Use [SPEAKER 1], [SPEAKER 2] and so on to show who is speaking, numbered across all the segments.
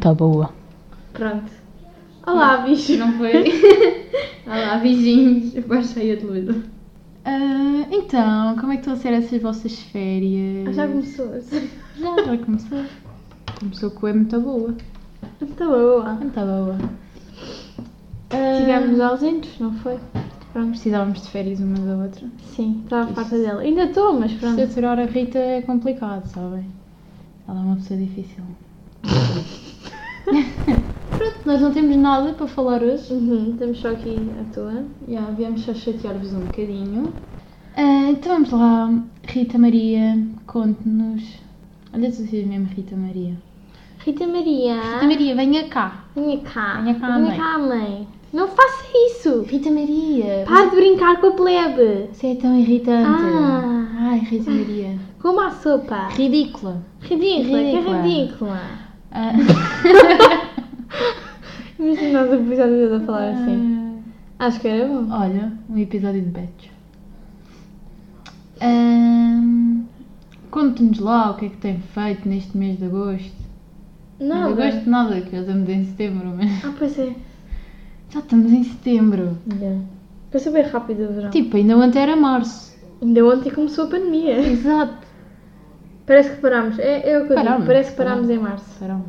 [SPEAKER 1] tá boa.
[SPEAKER 2] Pronto. Olá, bicho.
[SPEAKER 3] Não foi? Olá, beijinhos. Depois cheia de luz.
[SPEAKER 1] Ah, então, como é que estão a ser essas vossas
[SPEAKER 2] Ah,
[SPEAKER 1] férias?
[SPEAKER 2] Já começou. Está
[SPEAKER 1] Já, já começou. Começou com é muito boa.
[SPEAKER 2] Tá boa.
[SPEAKER 1] Muito boa. Ah,
[SPEAKER 2] Tivemos ausentes, não foi? Pronto.
[SPEAKER 1] Precisávamos de férias uma da outra.
[SPEAKER 2] Sim, estava farta dela. Ainda estou, mas pronto.
[SPEAKER 1] Porque a Rita é complicado, sabem? Ela é uma pessoa difícil. Pronto, nós não temos nada para falar hoje.
[SPEAKER 2] Uhum, estamos só aqui à toa.
[SPEAKER 1] Já viemos só chatear-vos um bocadinho. Ah, então vamos lá, Rita Maria, conte-nos. Olha, tu dizes mesmo Rita Maria.
[SPEAKER 2] Rita Maria.
[SPEAKER 1] Rita Maria, venha cá.
[SPEAKER 2] Venha cá.
[SPEAKER 1] Venha cá, mãe.
[SPEAKER 2] mãe. Não faça isso.
[SPEAKER 1] Rita Maria.
[SPEAKER 2] Para de brincar com a plebe.
[SPEAKER 1] Você é tão irritante.
[SPEAKER 2] Ah.
[SPEAKER 1] Ai, Rita Maria.
[SPEAKER 2] Coma a sopa.
[SPEAKER 1] Ridícula.
[SPEAKER 2] Ridícula, que
[SPEAKER 1] Ridícula.
[SPEAKER 2] ridícula.
[SPEAKER 1] Ah.
[SPEAKER 2] Imagina nós episódios a
[SPEAKER 1] Ah.
[SPEAKER 2] falar assim. Acho que era bom.
[SPEAKER 1] Olha, um episódio de Betch. Ahm, Conte-nos lá o que é que tem feito neste mês de agosto. Mês de agosto nada, que já estamos em setembro, mas
[SPEAKER 2] Ah, pois é.
[SPEAKER 1] já estamos em setembro.
[SPEAKER 2] Yeah. Passou bem rápido o verão.
[SPEAKER 1] Tipo, ainda ontem era março.
[SPEAKER 2] Ainda ontem começou a pandemia.
[SPEAKER 1] Exato.
[SPEAKER 2] Parece que parámos. É, é o que eu
[SPEAKER 1] Parámos.
[SPEAKER 2] digo. Parece que parámos em março.
[SPEAKER 1] Serão.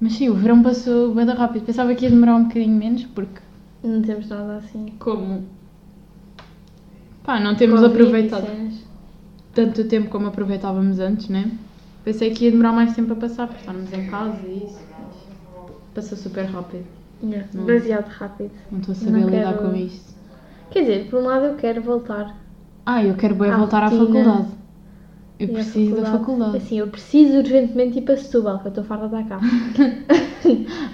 [SPEAKER 1] Mas sim, o verão passou bem rápido. Pensava que ia demorar um bocadinho menos, porque
[SPEAKER 2] Não temos nada assim.
[SPEAKER 1] como pá, não temos
[SPEAKER 2] Covid e
[SPEAKER 1] aproveitado
[SPEAKER 2] cenas.
[SPEAKER 1] tanto tempo como aproveitávamos antes, né? Pensei que ia demorar mais tempo a passar, por estarmos em casa e isso. mas Passou super rápido.
[SPEAKER 2] Yeah,
[SPEAKER 1] Não.
[SPEAKER 2] Demasiado rápido.
[SPEAKER 1] Não estou a saber
[SPEAKER 2] Não
[SPEAKER 1] lidar
[SPEAKER 2] quero-
[SPEAKER 1] com isto.
[SPEAKER 2] Quer dizer, por um lado eu quero voltar.
[SPEAKER 1] Ah, eu quero bem
[SPEAKER 2] À
[SPEAKER 1] voltar à
[SPEAKER 2] rotina.
[SPEAKER 1] faculdade. Eu
[SPEAKER 2] E à
[SPEAKER 1] preciso da faculdade.
[SPEAKER 2] Assim, eu preciso urgentemente ir para Setúbal, que eu estou farta da cá.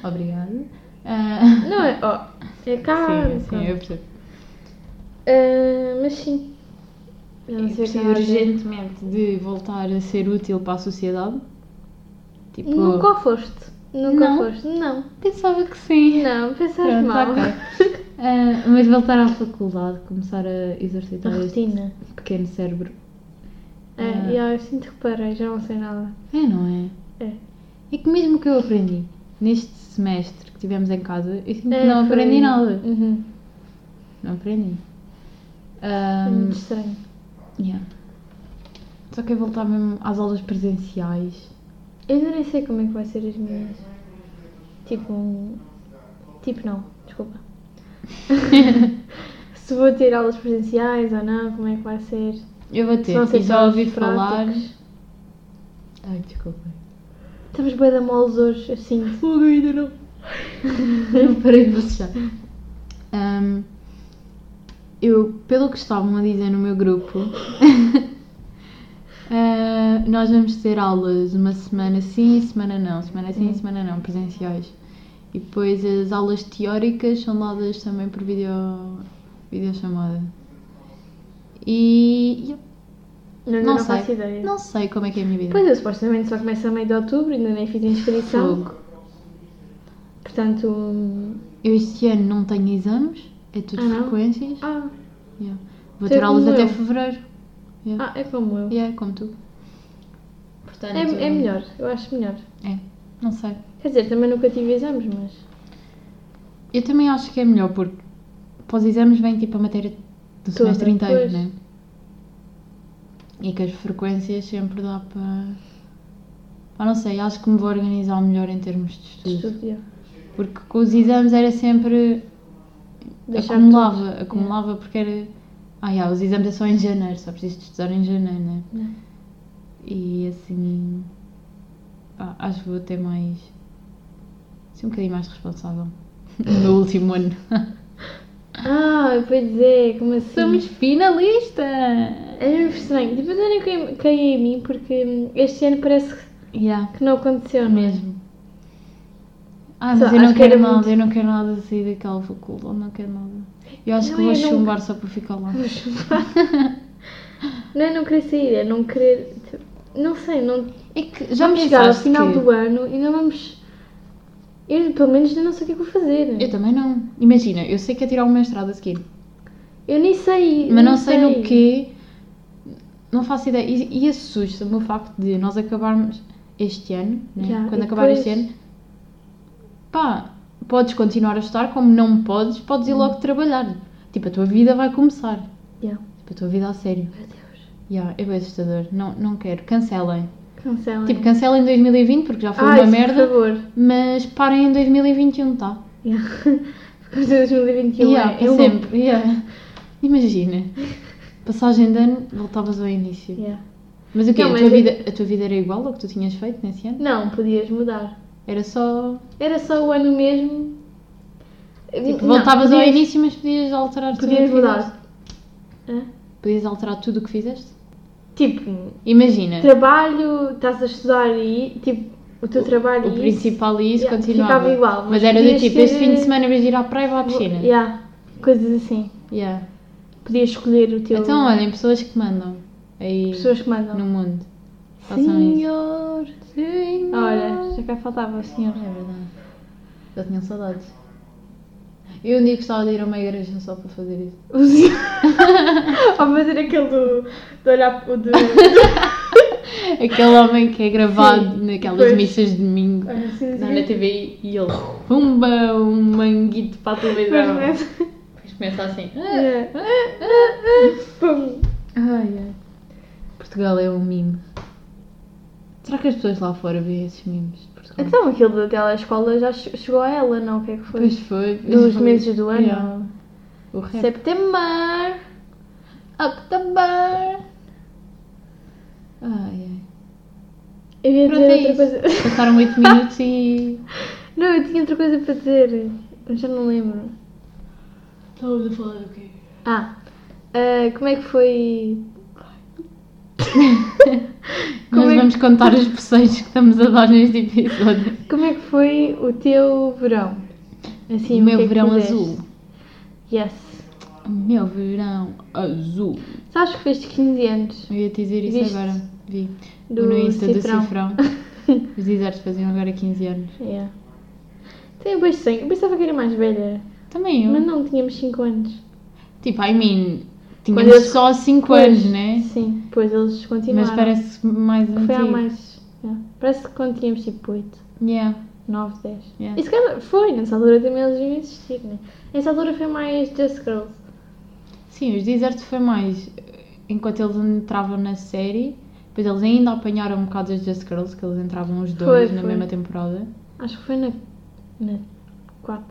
[SPEAKER 1] Obrigada. Ah,
[SPEAKER 2] não é? Ó, é cá.
[SPEAKER 1] sim,
[SPEAKER 2] pronto.
[SPEAKER 1] sim, eu percebo.
[SPEAKER 2] Ah, mas sim. Eu
[SPEAKER 1] Eu
[SPEAKER 2] não sei o que
[SPEAKER 1] preciso
[SPEAKER 2] estava a dizer.
[SPEAKER 1] urgentemente de voltar a ser útil para a sociedade. Tipo,
[SPEAKER 2] Nunca foste. Nunca
[SPEAKER 1] Não.
[SPEAKER 2] foste. Não.
[SPEAKER 1] pensava que sim.
[SPEAKER 2] Não, pensaste
[SPEAKER 1] Pronto,
[SPEAKER 2] mal.
[SPEAKER 1] ok. Ah, mas voltar à faculdade, começar a
[SPEAKER 2] A
[SPEAKER 1] exercitar este
[SPEAKER 2] rotina.
[SPEAKER 1] pequeno cérebro.
[SPEAKER 2] É,
[SPEAKER 1] Ah.
[SPEAKER 2] e aí eu sinto que parei, já não sei nada.
[SPEAKER 1] É, não é?
[SPEAKER 2] É.
[SPEAKER 1] É que mesmo que eu aprendi neste semestre que tivemos em casa, eu sinto que
[SPEAKER 2] É,
[SPEAKER 1] não
[SPEAKER 2] foi-
[SPEAKER 1] aprendi nada.
[SPEAKER 2] Uhum.
[SPEAKER 1] Não aprendi.
[SPEAKER 2] É
[SPEAKER 1] Ahm,
[SPEAKER 2] muito estranho.
[SPEAKER 1] yeah. Só que é voltar mesmo às aulas presenciais.
[SPEAKER 2] Eu ainda nem sei como é que vai ser as minhas. Tipo. um- Tipo, não, desculpa. Se vou ter aulas presenciais ou não, como é que vai ser?
[SPEAKER 1] Eu vou
[SPEAKER 2] Se
[SPEAKER 1] ter,
[SPEAKER 2] vão ser
[SPEAKER 1] e já ouvi
[SPEAKER 2] todos
[SPEAKER 1] falar.
[SPEAKER 2] práticos.
[SPEAKER 1] Ai, desculpa.
[SPEAKER 2] Estamos bem da moles hoje, assim.
[SPEAKER 1] Fogo ainda não. não parei de bocejar. Ahm, eu, pelo que estavam a dizer no meu grupo, ah, nós vamos ter aulas uma semana sim, semana não, semana
[SPEAKER 2] Hum.
[SPEAKER 1] sim, semana não, presenciais. E depois as aulas teóricas são dadas também por video, videochamada. E eu
[SPEAKER 2] Não, não,
[SPEAKER 1] não, sei.
[SPEAKER 2] faço ideia.
[SPEAKER 1] Não sei como é que é a minha vida.
[SPEAKER 2] Pois eu supostamente só começo a meio de outubro, ainda nem fiz a inscrição.
[SPEAKER 1] Fogo.
[SPEAKER 2] Portanto. hum,
[SPEAKER 1] Eu este ano não tenho exames, é tudo
[SPEAKER 2] Ah, não?
[SPEAKER 1] frequências.
[SPEAKER 2] Ah,
[SPEAKER 1] Yeah. Vou
[SPEAKER 2] Então é
[SPEAKER 1] ter aulas
[SPEAKER 2] como
[SPEAKER 1] até
[SPEAKER 2] eu.
[SPEAKER 1] fevereiro.
[SPEAKER 2] ah, é como eu.
[SPEAKER 1] Yeah, como tu. Portanto,
[SPEAKER 2] É, é melhor, eu acho melhor.
[SPEAKER 1] Não sei.
[SPEAKER 2] Quer dizer, também nunca tive exames, mas.
[SPEAKER 1] Eu também acho que é melhor porque para os exames vem tipo a matéria do
[SPEAKER 2] Toda,
[SPEAKER 1] semestre inteiro,
[SPEAKER 2] pois.
[SPEAKER 1] né? E que as frequências sempre dá para. Ah, não sei, acho que me vou organizar melhor em termos de estudo.
[SPEAKER 2] Estúdio.
[SPEAKER 1] Porque com os exames era sempre. Tá
[SPEAKER 2] Deixar
[SPEAKER 1] acumulava, acumulava porque era. Ah, yeah, os exames é só em janeiro, só preciso de estudar em janeiro, né?
[SPEAKER 2] Yeah.
[SPEAKER 1] E assim. pá, acho que vou ter mais. Ser um bocadinho mais responsável. No meu último ano.
[SPEAKER 2] Ah, pois é, como assim?
[SPEAKER 1] Somos finalista!
[SPEAKER 2] É mesmo estranho. Tipo, eu nem caí- caí em mim porque hum, este ano parece
[SPEAKER 1] Yeah,
[SPEAKER 2] que não aconteceu, não é?
[SPEAKER 1] mesmo. Ah,
[SPEAKER 2] Só
[SPEAKER 1] mas eu não
[SPEAKER 2] acho que era
[SPEAKER 1] quero nada,
[SPEAKER 2] muito-
[SPEAKER 1] eu não quero nada de sair daquela faculdade, não quero nada. Eu acho
[SPEAKER 2] Não,
[SPEAKER 1] que vou
[SPEAKER 2] eu não-
[SPEAKER 1] chumbar só para ficar lá.
[SPEAKER 2] Vou chumbar. não é não querer sair, é não querer. tipo, Não sei, não.
[SPEAKER 1] É que já me
[SPEAKER 2] vamos chegar ao
[SPEAKER 1] pensaste
[SPEAKER 2] final
[SPEAKER 1] que-
[SPEAKER 2] do ano e não vamos. Eu, pelo menos, ainda não sei o que é que vou fazer.
[SPEAKER 1] Eu também não. Imagina, eu sei que é tirar uma mestrado a seguir,
[SPEAKER 2] Eu nem sei.
[SPEAKER 1] mas não sei no quê, não faço ideia. E, e assusta-me o facto de nós acabarmos este ano, né?
[SPEAKER 2] Já,
[SPEAKER 1] quando
[SPEAKER 2] e
[SPEAKER 1] acabar
[SPEAKER 2] depois-
[SPEAKER 1] este ano, pá, podes continuar a estudar, como não podes, podes
[SPEAKER 2] Hum.
[SPEAKER 1] ir logo trabalhar. Tipo, a tua vida vai começar.
[SPEAKER 2] Yeah.
[SPEAKER 1] Tipo, a tua vida a sério.
[SPEAKER 2] Meu Deus.
[SPEAKER 1] Yeah, é bem assustador. Não, não quero. Cancelem.
[SPEAKER 2] Cancelem.
[SPEAKER 1] Tipo, cancelem em 2020 porque já foi
[SPEAKER 2] Ai,
[SPEAKER 1] uma merda.
[SPEAKER 2] Por favor.
[SPEAKER 1] Mas parem em 2021, tá?
[SPEAKER 2] Yeah. Porque 2021
[SPEAKER 1] yeah,
[SPEAKER 2] é,
[SPEAKER 1] para sempre. Yeah. Imagina. Passagem de ano, voltavas ao início.
[SPEAKER 2] Yeah.
[SPEAKER 1] Mas o quê?
[SPEAKER 2] Não,
[SPEAKER 1] a,
[SPEAKER 2] mas
[SPEAKER 1] tua
[SPEAKER 2] eu-
[SPEAKER 1] vida, a tua vida era igual ao que tu tinhas feito nesse ano?
[SPEAKER 2] Não, podias mudar.
[SPEAKER 1] Era só.
[SPEAKER 2] Era só o ano mesmo.
[SPEAKER 1] Tipo,
[SPEAKER 2] Não,
[SPEAKER 1] voltavas ao
[SPEAKER 2] podias-
[SPEAKER 1] início, mas podias alterar tudo. o
[SPEAKER 2] Podias
[SPEAKER 1] que fizeste.
[SPEAKER 2] mudar. Hã?
[SPEAKER 1] Podias alterar tudo o que fizeste?
[SPEAKER 2] Tipo,
[SPEAKER 1] Imagina.
[SPEAKER 2] trabalho, estás a estudar e tipo, o teu trabalho
[SPEAKER 1] O
[SPEAKER 2] e
[SPEAKER 1] principal e isso
[SPEAKER 2] Yeah,
[SPEAKER 1] continuava.
[SPEAKER 2] ficava igual,
[SPEAKER 1] Mas,
[SPEAKER 2] mas
[SPEAKER 1] era do
[SPEAKER 2] podias
[SPEAKER 1] tipo,
[SPEAKER 2] ter-
[SPEAKER 1] este fim de semana vais ir à praia ou à piscina.
[SPEAKER 2] Yeah, coisas assim.
[SPEAKER 1] Yeah.
[SPEAKER 2] Podias escolher o teu.
[SPEAKER 1] Então, olhem, pessoas que mandam aí
[SPEAKER 2] pessoas que mandam.
[SPEAKER 1] no mundo. Façam isso.
[SPEAKER 2] Senhor.
[SPEAKER 1] Senhor.
[SPEAKER 2] Olha, já cá faltava o senhor.
[SPEAKER 1] É verdade. Eu tinha saudades. Eu um dia gostava de ir a uma igreja só para fazer isso.
[SPEAKER 2] O senhor. Ou fazer aquele do. de olhar. O do. do-
[SPEAKER 1] Aquele homem que é gravado naquelas
[SPEAKER 2] pois. é.
[SPEAKER 1] missas de domingo.
[SPEAKER 2] Olha, sim,
[SPEAKER 1] Dá
[SPEAKER 2] sim.
[SPEAKER 1] na TV e ele rumba um manguito para a
[SPEAKER 2] Pois é.
[SPEAKER 1] televisão.
[SPEAKER 2] não.
[SPEAKER 1] Depois começa assim.
[SPEAKER 2] É. Pum.
[SPEAKER 1] Ai, ai. Portugal é um mimo. Será que as pessoas lá fora veem esses mimos? de Portugal?
[SPEAKER 2] Então aquilo da telescola já che- chegou a ela, não? O que é que foi?
[SPEAKER 1] Pois foi. pois
[SPEAKER 2] Dos
[SPEAKER 1] foi.
[SPEAKER 2] meses do ano.
[SPEAKER 1] Yeah. O rap.
[SPEAKER 2] Setembro.
[SPEAKER 1] October. Ai,
[SPEAKER 2] Eu ia
[SPEAKER 1] Pronto,
[SPEAKER 2] dizer
[SPEAKER 1] é
[SPEAKER 2] outra
[SPEAKER 1] isso.
[SPEAKER 2] coisa.
[SPEAKER 1] ai. Passaram 8 minutos e.
[SPEAKER 2] Não, eu tinha outra coisa para dizer. Mas já não lembro.
[SPEAKER 1] Estávamos a falar do quê?
[SPEAKER 2] Ah, ah, como é que foi. Como
[SPEAKER 1] Nós
[SPEAKER 2] é que-
[SPEAKER 1] vamos contar os passeios que estamos a dar neste episódio.
[SPEAKER 2] Como é que foi o teu verão? Assim,
[SPEAKER 1] o meu
[SPEAKER 2] que é que
[SPEAKER 1] verão
[SPEAKER 2] fizeste?
[SPEAKER 1] azul.
[SPEAKER 2] Yes.
[SPEAKER 1] O meu verão azul.
[SPEAKER 2] Sabes que fez 15 anos
[SPEAKER 1] Eu ia te dizer isso
[SPEAKER 2] Viste?
[SPEAKER 1] agora. Vi.
[SPEAKER 2] do
[SPEAKER 1] no Insta
[SPEAKER 2] Cifrão.
[SPEAKER 1] do Cifrão. Os desertos faziam agora 15 anos.
[SPEAKER 2] yeah. Tem dois sangue. Eu pensava que era mais velha,
[SPEAKER 1] Também eu.
[SPEAKER 2] mas não, tínhamos 5 anos.
[SPEAKER 1] Tipo, I mean, tínhamos
[SPEAKER 2] Quando eles-
[SPEAKER 1] só 5
[SPEAKER 2] Pois,
[SPEAKER 1] anos, né?
[SPEAKER 2] Sim, depois eles continuaram.
[SPEAKER 1] Mas parece mais
[SPEAKER 2] que
[SPEAKER 1] antigo.
[SPEAKER 2] foi há mais. yeah. Parece que quando tínhamos tipo 8,
[SPEAKER 1] Yeah.
[SPEAKER 2] 9, 10.
[SPEAKER 1] Yeah.
[SPEAKER 2] E se calhar foi, nessa altura também eles iam existir, né? Nessa altura foi mais Just Girls.
[SPEAKER 1] Sim, os desertos foi mais. eh, Enquanto eles entravam na série, depois eles ainda apanharam um bocado as Just Girls, que eles entravam os dois
[SPEAKER 2] Foi,
[SPEAKER 1] na
[SPEAKER 2] foi.
[SPEAKER 1] mesma temporada.
[SPEAKER 2] Acho que foi na, na 4.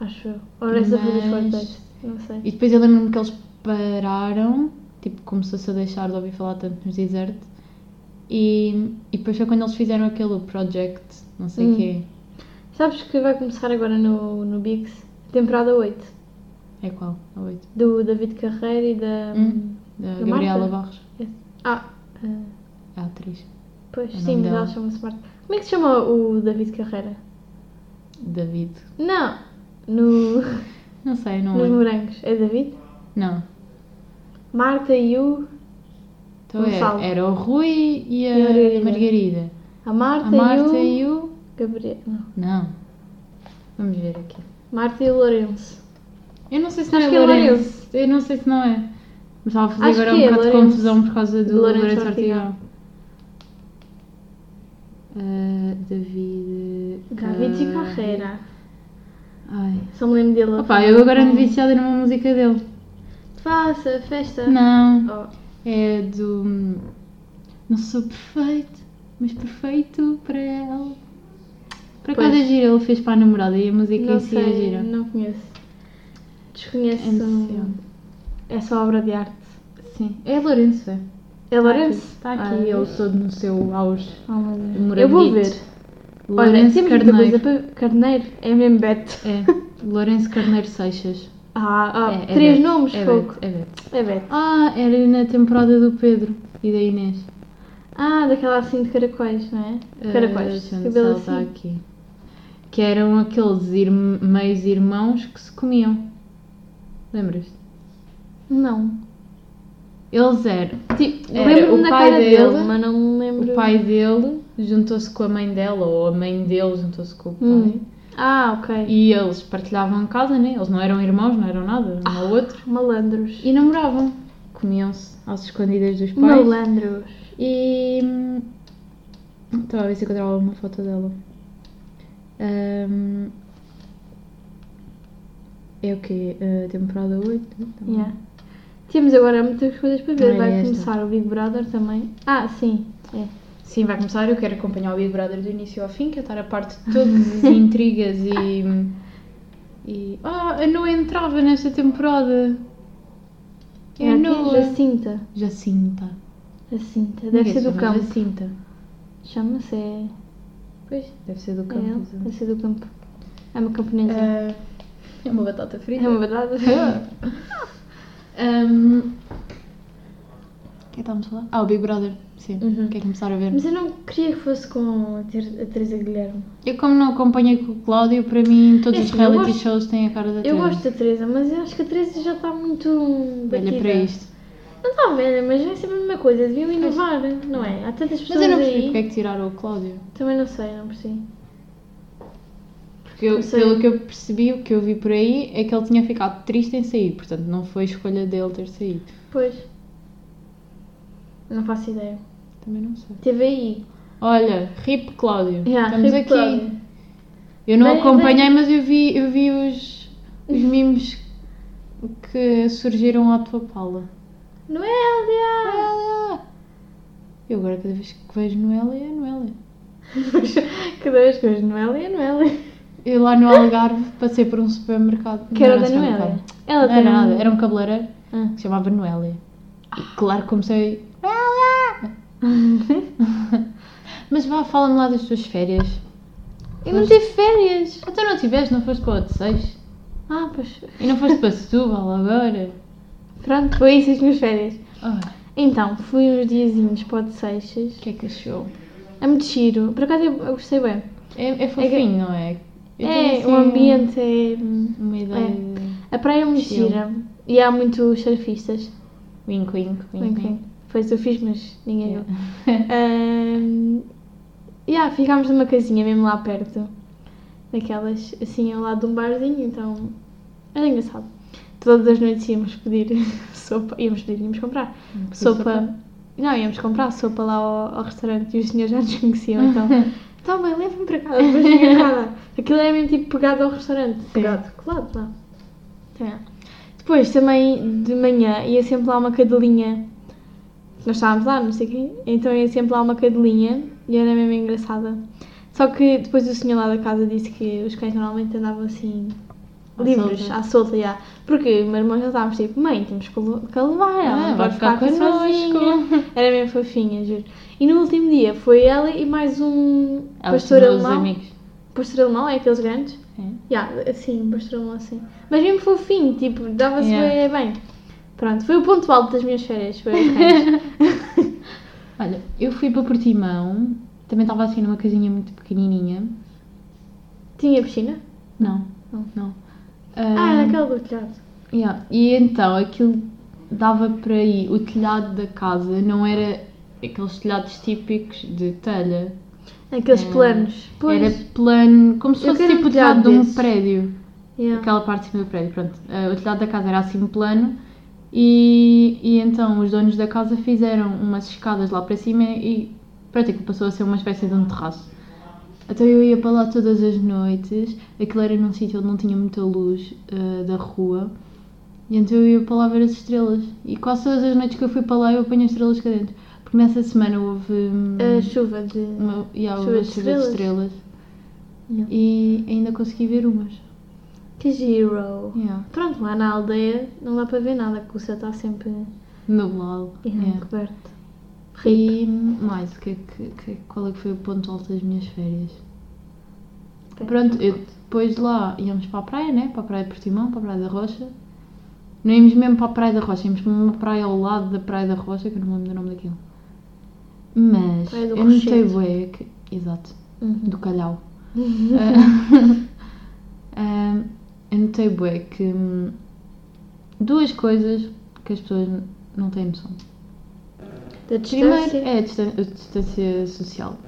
[SPEAKER 2] Acho eu. Ou essa foi das
[SPEAKER 1] Mas-
[SPEAKER 2] quartas. Não sei.
[SPEAKER 1] E depois eu lembro-me que eles pararam, tipo, começou-se a deixar de ouvir falar tanto nos desertos. E, e depois foi quando eles fizeram aquele project, não sei o
[SPEAKER 2] Hum.
[SPEAKER 1] quê.
[SPEAKER 2] Sabes que vai começar agora no, no Bigs? Temporada 8.
[SPEAKER 1] É qual? A 8.
[SPEAKER 2] Do David Carreira e da.
[SPEAKER 1] Hum. Da
[SPEAKER 2] Da
[SPEAKER 1] Gabriela
[SPEAKER 2] Marta?
[SPEAKER 1] Barros.
[SPEAKER 2] Ah, ah,
[SPEAKER 1] É a atriz.
[SPEAKER 2] pois
[SPEAKER 1] O
[SPEAKER 2] sim,
[SPEAKER 1] nome
[SPEAKER 2] mas
[SPEAKER 1] dela.
[SPEAKER 2] ela chama-se Marta. Como é que se chama o David Carreira?
[SPEAKER 1] David.
[SPEAKER 2] Não! No,
[SPEAKER 1] Não sei, não
[SPEAKER 2] nos
[SPEAKER 1] lembro.
[SPEAKER 2] morangos. É David?
[SPEAKER 1] Não.
[SPEAKER 2] Marta e o.
[SPEAKER 1] Então era,
[SPEAKER 2] Gonçalo.
[SPEAKER 1] era o Rui e a,
[SPEAKER 2] E a Margarida.
[SPEAKER 1] Margarida.
[SPEAKER 2] A Marta,
[SPEAKER 1] A Marta
[SPEAKER 2] e o.
[SPEAKER 1] e o.
[SPEAKER 2] Gabriel. Não.
[SPEAKER 1] Não. Vamos ver aqui.
[SPEAKER 2] Marta e o Lourenço.
[SPEAKER 1] Eu não sei se não
[SPEAKER 2] Acho
[SPEAKER 1] é
[SPEAKER 2] que é
[SPEAKER 1] Lourenço. Eu não sei se não é. Mas estava a fazer
[SPEAKER 2] Acho
[SPEAKER 1] agora
[SPEAKER 2] que
[SPEAKER 1] um
[SPEAKER 2] é
[SPEAKER 1] bocado de
[SPEAKER 2] Lourenço.
[SPEAKER 1] confusão por causa do
[SPEAKER 2] Lourenço
[SPEAKER 1] Lourenço
[SPEAKER 2] Ortigão.
[SPEAKER 1] Ortigão. Ah, David.
[SPEAKER 2] David
[SPEAKER 1] ah,
[SPEAKER 2] Carreira.
[SPEAKER 1] Ai.
[SPEAKER 2] Só me lembro dele. a
[SPEAKER 1] Opa,
[SPEAKER 2] falar
[SPEAKER 1] eu agora me
[SPEAKER 2] com-
[SPEAKER 1] viciada numa música dele.
[SPEAKER 2] Faça festa.
[SPEAKER 1] Não.
[SPEAKER 2] Oh.
[SPEAKER 1] É do. Não sou perfeito, mas perfeito para ela. Por acaso
[SPEAKER 2] Pois.
[SPEAKER 1] é gira, ele fez para a namorada e a música
[SPEAKER 2] Não
[SPEAKER 1] em si é
[SPEAKER 2] sei,
[SPEAKER 1] gira.
[SPEAKER 2] não conheço. Desconheço
[SPEAKER 1] É possível.
[SPEAKER 2] essa obra de arte.
[SPEAKER 1] Sim. É Lourenço, é?
[SPEAKER 2] É Lourenço?
[SPEAKER 1] Está aqui ele todo no seu auge.
[SPEAKER 2] Oh, meu Deus.
[SPEAKER 1] Moranguito.
[SPEAKER 2] é? Eu vou ver. Olha,
[SPEAKER 1] Lourenço
[SPEAKER 2] temos muita coisa
[SPEAKER 1] Carneiro.
[SPEAKER 2] para... Carneiro? É mesmo Beto.
[SPEAKER 1] É, Lourenço Carneiro Seixas.
[SPEAKER 2] Ah, ah,
[SPEAKER 1] É, é
[SPEAKER 2] três
[SPEAKER 1] Beto.
[SPEAKER 2] nomes,
[SPEAKER 1] é
[SPEAKER 2] pouco.
[SPEAKER 1] Beto, é Beto.
[SPEAKER 2] É Beto.
[SPEAKER 1] Ah, era na temporada do Pedro e da Inês.
[SPEAKER 2] Ah, daquela assim de caracóis, não é? De caracóis.
[SPEAKER 1] Ah,
[SPEAKER 2] cabelo
[SPEAKER 1] deixa-me saltar
[SPEAKER 2] assim.
[SPEAKER 1] aqui. Que eram aqueles irm- meios irmãos que se comiam. Lembras-te?
[SPEAKER 2] Não.
[SPEAKER 1] Eles eram. Tipo, era
[SPEAKER 2] Lembro-me
[SPEAKER 1] o
[SPEAKER 2] da
[SPEAKER 1] pai
[SPEAKER 2] cara dele,
[SPEAKER 1] dele,
[SPEAKER 2] mas não me lembro.
[SPEAKER 1] o pai dele juntou-se com a mãe dela, ou a mãe dele juntou-se com o pai.
[SPEAKER 2] Hum. Ah, ok.
[SPEAKER 1] E eles partilhavam casa, né? Eles não eram irmãos, não eram nada, um ao outro.
[SPEAKER 2] Malandros.
[SPEAKER 1] E namoravam. Comiam-se às escondidas dos pais.
[SPEAKER 2] Malandros.
[SPEAKER 1] E. hum, Estava a ver se encontrava alguma foto dela. Hum, É o quê? A temporada né? 8?
[SPEAKER 2] Yeah. Temos agora muitas coisas para ver.
[SPEAKER 1] Ah,
[SPEAKER 2] Vai
[SPEAKER 1] é esta.
[SPEAKER 2] começar o Big Brother também. Ah, sim. É.
[SPEAKER 3] Sim, vai começar. Eu quero acompanhar o Big Brother do início ao fim,
[SPEAKER 1] é
[SPEAKER 3] quero estar a parte de todas as intrigas e. e... Ah, a Noa entrava nesta temporada. É
[SPEAKER 2] É
[SPEAKER 3] a
[SPEAKER 2] aqui,
[SPEAKER 3] Noa.
[SPEAKER 2] Jacinta.
[SPEAKER 1] Jacinta.
[SPEAKER 2] Jacinta.
[SPEAKER 3] Ninguém
[SPEAKER 2] Deve ser
[SPEAKER 3] se
[SPEAKER 2] do
[SPEAKER 3] chama
[SPEAKER 2] campo.
[SPEAKER 3] Jacinta.
[SPEAKER 2] Chama-se. É,
[SPEAKER 3] Pois, deve ser do
[SPEAKER 2] é
[SPEAKER 3] campo.
[SPEAKER 2] ele.
[SPEAKER 3] exato.
[SPEAKER 2] Deve ser do campo. É uma camponesa.
[SPEAKER 3] Ah, é uma batata frita.
[SPEAKER 2] É uma verdade.
[SPEAKER 1] É.
[SPEAKER 3] Ahm,
[SPEAKER 1] O que é que estávamos a falar? Ah, o Big Brother. Sim.
[SPEAKER 2] Uhum.
[SPEAKER 1] Quer começar a ver?
[SPEAKER 2] Mas eu não queria que fosse com a Ter- a Teresa Guilherme.
[SPEAKER 1] Eu, como não acompanhei com o Cláudio, para mim todos
[SPEAKER 2] É
[SPEAKER 1] os
[SPEAKER 2] assim, eu
[SPEAKER 1] reality
[SPEAKER 2] gosto-
[SPEAKER 1] shows têm a cara da
[SPEAKER 2] Eu
[SPEAKER 1] Teresa.
[SPEAKER 2] gosto da Teresa, mas eu acho que a Teresa já está muito batida.
[SPEAKER 1] Olha para isto.
[SPEAKER 2] Não está velha, mas é sempre a mesma coisa. Deviam inovar, não é? Há
[SPEAKER 1] Mas
[SPEAKER 2] tantas pessoas
[SPEAKER 1] eu não percebi
[SPEAKER 2] aí.
[SPEAKER 1] porque é que tiraram o Cláudio.
[SPEAKER 2] Também não sei, não percebi.
[SPEAKER 1] Porque eu-
[SPEAKER 2] Não sei.
[SPEAKER 1] pelo que eu percebi, o que eu vi por aí é que ele tinha ficado triste em sair, portanto não foi escolha dele ter saído.
[SPEAKER 2] Pois. Não faço ideia.
[SPEAKER 1] Também não sei.
[SPEAKER 2] TVI.
[SPEAKER 1] Olha, RIP Cláudio.
[SPEAKER 2] Yeah,
[SPEAKER 1] Estamos
[SPEAKER 2] Rip
[SPEAKER 1] aqui.
[SPEAKER 2] Cláudio.
[SPEAKER 1] Eu não
[SPEAKER 2] Bem,
[SPEAKER 1] acompanhei, mas eu vi, eu vi os, os memes que surgiram à tua pala.
[SPEAKER 2] Noélia!
[SPEAKER 1] Noélia! Eu agora cada vez que vejo Noélia, é Noélia.
[SPEAKER 2] Cada vez que vejo Noélia, Noélia.
[SPEAKER 1] Eu lá no Algarve passei por um supermercado.
[SPEAKER 2] Ah! Que era
[SPEAKER 1] não
[SPEAKER 2] da
[SPEAKER 1] supermercado.
[SPEAKER 2] Noélia. Ela
[SPEAKER 1] Não era
[SPEAKER 2] um-
[SPEAKER 1] nada, era um cabeleireiro
[SPEAKER 2] Ah.
[SPEAKER 1] que se chamava Noélia. E claro que comecei. Noélia! Mas vá, fala-me lá das tuas férias.
[SPEAKER 2] Eu não tive férias.
[SPEAKER 1] Até não tiveste, não foste para o Odisseis?
[SPEAKER 2] Ah, pois.
[SPEAKER 1] E não foste para Setúbal agora?
[SPEAKER 2] Pronto, foi isso as minhas férias.
[SPEAKER 1] Ah,
[SPEAKER 2] Então, fui uns diazinhos para o de Seixas.
[SPEAKER 1] o que é que achou?
[SPEAKER 2] É muito giro. Por acaso eu eu gostei bem.
[SPEAKER 1] É, é fofinho,
[SPEAKER 2] É que-
[SPEAKER 1] não é? Eu
[SPEAKER 2] é,
[SPEAKER 1] tenho, assim,
[SPEAKER 2] o ambiente é. hum,
[SPEAKER 1] Uma ideia. de-
[SPEAKER 2] A praia é muito
[SPEAKER 1] Chill.
[SPEAKER 2] gira. E há muitos surfistas.
[SPEAKER 1] Wink, wink, wink.
[SPEAKER 2] Bem,
[SPEAKER 1] wink.
[SPEAKER 2] Foi isso que eu fiz, mas ninguém viu.
[SPEAKER 1] Uhum. Yeah.
[SPEAKER 2] Ahm, yeah, ficámos numa casinha mesmo lá perto. Daquelas, assim, ao lado de um barzinho, então era engraçado. Todas as noites íamos pedir sopa, íamos pedir, íamos comprar
[SPEAKER 1] Wink,
[SPEAKER 2] sopa. Não, íamos comprar sopa lá ao, ao restaurante e os senhores já nos conheciam, então. Tá bem, leva-me para casa, depois vinha casa. Aquilo era mesmo tipo pegado ao restaurante. Pegado, colado lá. Tá. Depois também de manhã ia sempre lá uma cadelinha. Nós estávamos lá, não sei o quê. Então ia sempre lá uma cadelinha e era mesmo engraçada. Só que depois o senhor lá da casa disse que os cães normalmente andavam assim.
[SPEAKER 1] À
[SPEAKER 2] livres,
[SPEAKER 1] solta.
[SPEAKER 2] à solta, já. Porque o meu irmão já estávamos tipo, mãe, temos que lo- que a levar, ela
[SPEAKER 1] Ah, vai
[SPEAKER 2] não pode
[SPEAKER 1] ficar
[SPEAKER 2] ficar, aqui
[SPEAKER 1] connosco."
[SPEAKER 2] sozinha. Era mesmo fofinha, juro. E no último dia foi ela e mais um
[SPEAKER 1] Ah, os
[SPEAKER 2] pastor
[SPEAKER 1] meus
[SPEAKER 2] alemão.
[SPEAKER 1] amigos.
[SPEAKER 2] Pastor alemão, é aqueles grandes?
[SPEAKER 1] É.
[SPEAKER 2] Já, assim, pastor alemão assim. Mas mesmo fofinho, tipo, dava-se
[SPEAKER 1] Yeah.
[SPEAKER 2] bem, bem. Pronto, foi o ponto alto das minhas férias, foi os cães.
[SPEAKER 1] Olha, eu fui para Portimão. Também estava assim numa casinha muito pequenininha.
[SPEAKER 2] Tinha piscina?
[SPEAKER 1] Não,
[SPEAKER 2] Não.
[SPEAKER 1] não.
[SPEAKER 2] Ah, era
[SPEAKER 1] Ahm,
[SPEAKER 2] aquele do telhado.
[SPEAKER 1] Yeah. E então aquilo dava para aí. O telhado da casa não era aqueles telhados típicos de telha.
[SPEAKER 2] Aqueles
[SPEAKER 1] Ah,
[SPEAKER 2] planos. Pois.
[SPEAKER 1] Era plano, como se
[SPEAKER 2] Eu
[SPEAKER 1] fosse
[SPEAKER 2] quero um
[SPEAKER 1] tipo o telhado de um
[SPEAKER 2] desses.
[SPEAKER 1] prédio.
[SPEAKER 2] Yeah.
[SPEAKER 1] Aquela parte de cima do prédio, pronto. Ah, o telhado da casa era assim plano. E, e então os donos da casa fizeram umas escadas lá para cima e pronto, aquilo passou a ser uma espécie de um terraço. Então eu ia para lá todas as noites, aquilo era num sítio onde não tinha muita luz ah, da rua, e então eu ia para lá ver as estrelas. E quase todas as noites que eu fui para lá eu apanho as estrelas cá dentro. Porque nessa semana houve. hum,
[SPEAKER 2] A chuva de.
[SPEAKER 1] uma, e há
[SPEAKER 2] Chuva
[SPEAKER 1] uma chuva
[SPEAKER 2] de
[SPEAKER 1] de
[SPEAKER 2] estrelas.
[SPEAKER 1] estrelas.
[SPEAKER 2] Yeah.
[SPEAKER 1] E ainda consegui ver umas.
[SPEAKER 2] Que giro.
[SPEAKER 1] Yeah.
[SPEAKER 2] Pronto, lá na aldeia não dá para ver nada, que o céu está sempre
[SPEAKER 1] Nublado.
[SPEAKER 2] Uhum.
[SPEAKER 1] Yeah.
[SPEAKER 2] encoberto.
[SPEAKER 1] E mais, o que, é que- que- qual é que foi o ponto alto das minhas férias? Pronto, eu, depois de lá íamos para a praia, né? Para a praia de Portimão, para a praia da Rocha. Não íamos mesmo para a praia da Rocha, íamos para uma praia ao lado da praia da Rocha, que eu não me lembro do nome daquilo. Mas
[SPEAKER 2] Praia do
[SPEAKER 1] eu notei
[SPEAKER 2] Rochedo.
[SPEAKER 1] bué que... Exato,
[SPEAKER 2] Uhum.
[SPEAKER 1] do Calhau. Ah, ah, eu notei bué que hum, duas coisas que as pessoas n- não têm noção.
[SPEAKER 2] Da
[SPEAKER 1] Primeiro
[SPEAKER 2] distância.
[SPEAKER 1] é a distan- a distância social.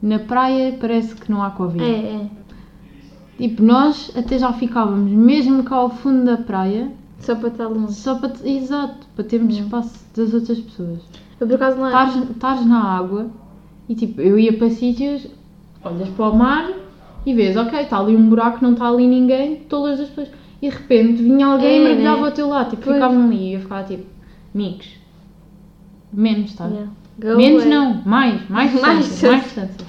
[SPEAKER 1] Na praia parece que não há Covid.
[SPEAKER 2] É, é.
[SPEAKER 1] Tipo, nós até já ficávamos mesmo cá ao fundo da praia,
[SPEAKER 2] Só para estar longe.
[SPEAKER 1] só para, te- exato, para termos
[SPEAKER 2] Hum.
[SPEAKER 1] espaço das outras pessoas.
[SPEAKER 2] Eu por acaso
[SPEAKER 1] Tá
[SPEAKER 2] lá.
[SPEAKER 1] Estás na água e tipo, eu ia para sítios,
[SPEAKER 3] tá
[SPEAKER 1] olhas para o mar e vês, ok, está ali um buraco, não está ali ninguém, todas as pessoas.
[SPEAKER 3] e de repente vinha alguém
[SPEAKER 2] É,
[SPEAKER 3] e mergulhava
[SPEAKER 2] né?
[SPEAKER 3] ao teu lado, tipo,
[SPEAKER 2] Pois.
[SPEAKER 3] ficavam ali e eu ficava tipo, amigos, menos, tá?
[SPEAKER 2] Yeah. Go
[SPEAKER 3] Menos
[SPEAKER 2] away.
[SPEAKER 3] não, mais, mais
[SPEAKER 2] É. Mais
[SPEAKER 3] distância, mais distância.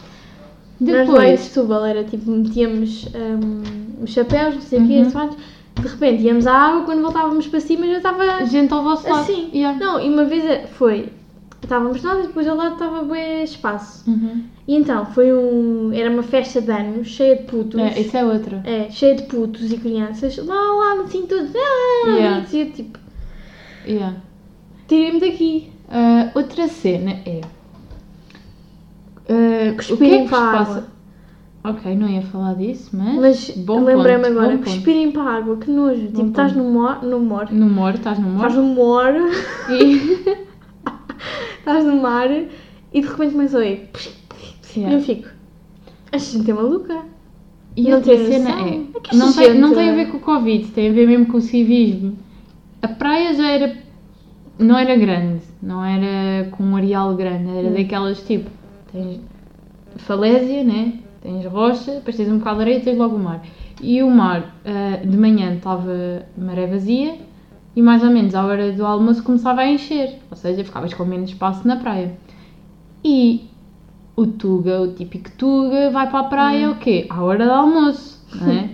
[SPEAKER 2] Nós lá em
[SPEAKER 3] Depois,
[SPEAKER 2] Setúbal era tipo, metíamos hum, os chapéus, não sei o quê,
[SPEAKER 3] Uhum.
[SPEAKER 2] não sei mais. de repente íamos à água, quando voltávamos para cima já estava
[SPEAKER 1] Gente ao vosso lado.
[SPEAKER 2] assim.
[SPEAKER 1] Yeah.
[SPEAKER 2] Não, e uma vez é, foi, estávamos nós e depois ao lado estava bem espaço.
[SPEAKER 1] Uhum.
[SPEAKER 2] E então foi um, era uma festa de anos cheia de putos.
[SPEAKER 1] É, isso é outra.
[SPEAKER 2] É, cheia de putos e crianças, lá, lá, assim, todos, ah,
[SPEAKER 1] Yeah.
[SPEAKER 2] bonitos", e eu, tipo,
[SPEAKER 1] Yeah.
[SPEAKER 2] tirei-me daqui.
[SPEAKER 1] Ah, outra cena é. ah, o que é que
[SPEAKER 2] Cuspirem
[SPEAKER 1] vos
[SPEAKER 2] para a água.
[SPEAKER 1] passa? Ok, não ia falar disso, mas.
[SPEAKER 2] Mas
[SPEAKER 1] bom
[SPEAKER 2] lembrei-me
[SPEAKER 1] ponto,
[SPEAKER 2] agora,
[SPEAKER 1] bom ponto.
[SPEAKER 2] cuspirem para a água, que nojo. tipo,
[SPEAKER 1] ponto.
[SPEAKER 2] estás no mor, no mor,
[SPEAKER 1] No moro, estás no
[SPEAKER 2] estás
[SPEAKER 1] moro.
[SPEAKER 2] no mor,
[SPEAKER 1] E...
[SPEAKER 2] estás no mar e de repente começa a ouvir. E eu
[SPEAKER 1] Yeah.
[SPEAKER 2] fico, esta gente é maluca.
[SPEAKER 1] E
[SPEAKER 2] Não
[SPEAKER 1] outra
[SPEAKER 2] tem
[SPEAKER 1] cena
[SPEAKER 2] noção.
[SPEAKER 1] é.
[SPEAKER 2] É que esta
[SPEAKER 1] Não tem, não
[SPEAKER 2] gente-
[SPEAKER 1] tem a ver com o Covid, tem a ver mesmo com o civismo. A praia já era. Não era grande, não era com um areal grande, era
[SPEAKER 2] Hum.
[SPEAKER 1] daquelas tipo. Tens falésia, né? Tens rocha, depois tens um bocado de areia e tens logo o mar. E o mar, ah, de manhã estava maré vazia e mais ou menos à hora do almoço começava a encher, ou seja, ficavas com menos espaço na praia. E o Tuga, o típico Tuga, vai para a praia o quê? À hora do almoço, não é?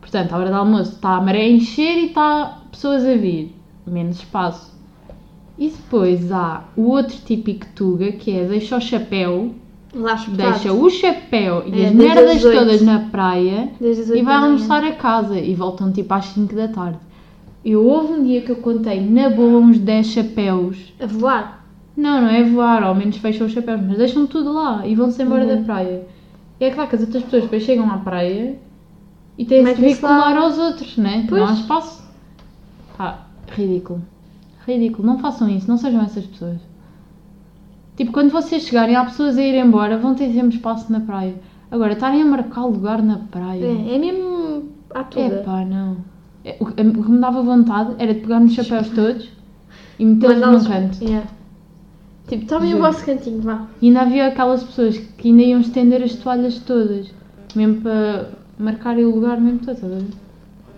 [SPEAKER 1] Portanto, à hora do almoço está a maré a encher e está pessoas a vir, menos espaço. E depois há o outro típico Tuga, que é deixa o chapéu,
[SPEAKER 2] Lá espetado.
[SPEAKER 1] deixa o chapéu e
[SPEAKER 2] É,
[SPEAKER 1] as
[SPEAKER 2] desde
[SPEAKER 1] merdas
[SPEAKER 2] as oito.
[SPEAKER 1] todas na praia
[SPEAKER 2] Desde as
[SPEAKER 1] e
[SPEAKER 2] oito
[SPEAKER 1] vai
[SPEAKER 2] da manhã.
[SPEAKER 1] almoçar a casa e voltam tipo às 5 da tarde. Eu houve um dia que eu contei na boa uns 10 chapéus.
[SPEAKER 2] A voar.
[SPEAKER 1] Não, não é voar, ao menos fecham os chapéus, mas deixam tudo lá e vão-se embora
[SPEAKER 2] Uhum.
[SPEAKER 1] da praia. E é claro que as outras pessoas depois chegam à praia e têm de
[SPEAKER 2] Metem-se
[SPEAKER 1] veicular aos outros, né?
[SPEAKER 2] Pois.
[SPEAKER 1] Não há espaço. Pá, ridículo. Ridículo. Não façam isso, não sejam essas pessoas. Tipo, quando vocês chegarem, há pessoas a ir embora, vão ter sempre espaço na praia. Agora, estarem a marcar lugar na praia.
[SPEAKER 2] É, é mesmo à
[SPEAKER 1] É
[SPEAKER 2] toda.
[SPEAKER 1] pá, não. É, O que o que me dava vontade era de pegar nos chapéus todos e metê-los num canto.
[SPEAKER 2] Yeah. Tipo, tomem o
[SPEAKER 1] Juro.
[SPEAKER 2] vosso cantinho, vá.
[SPEAKER 1] E ainda havia aquelas pessoas que ainda iam estender as toalhas todas, mesmo para marcarem o lugar mesmo todo. estás a ver?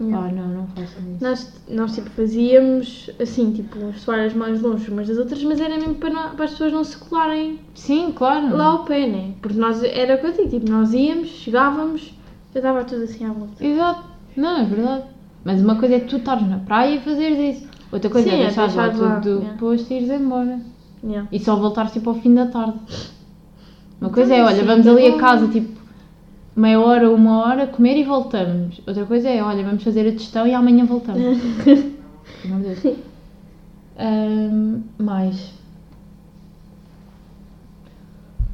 [SPEAKER 2] Yeah.
[SPEAKER 1] Ah, não, não façam isso.
[SPEAKER 2] Nós, nós, tipo, fazíamos assim, tipo, uns soares mais longe umas das outras, mas era mesmo para, não- para as pessoas não se colarem
[SPEAKER 1] Sim, claro.
[SPEAKER 2] lá ao pé, né? Porque nós, era o que eu digo, tipo, nós íamos, chegávamos, eu estava tudo assim à volta.
[SPEAKER 1] Exato. Não, é verdade. Mas uma coisa é tu estares na praia e fazeres isso. Outra coisa
[SPEAKER 2] Sim,
[SPEAKER 1] é
[SPEAKER 2] é
[SPEAKER 1] deixares lá
[SPEAKER 2] deixar lá,
[SPEAKER 1] tudo
[SPEAKER 2] yeah.
[SPEAKER 1] depois e ires embora.
[SPEAKER 2] Yeah.
[SPEAKER 1] E só voltar tipo ao fim da tarde. Uma coisa é,
[SPEAKER 2] Então,
[SPEAKER 1] olha,
[SPEAKER 2] sim,
[SPEAKER 1] vamos ali
[SPEAKER 2] bom.
[SPEAKER 1] a casa, tipo, meia hora, uma hora, comer e voltamos. Outra coisa é, olha, vamos fazer a testão e amanhã voltamos. Pelo amor de Deus. Ahm, mais.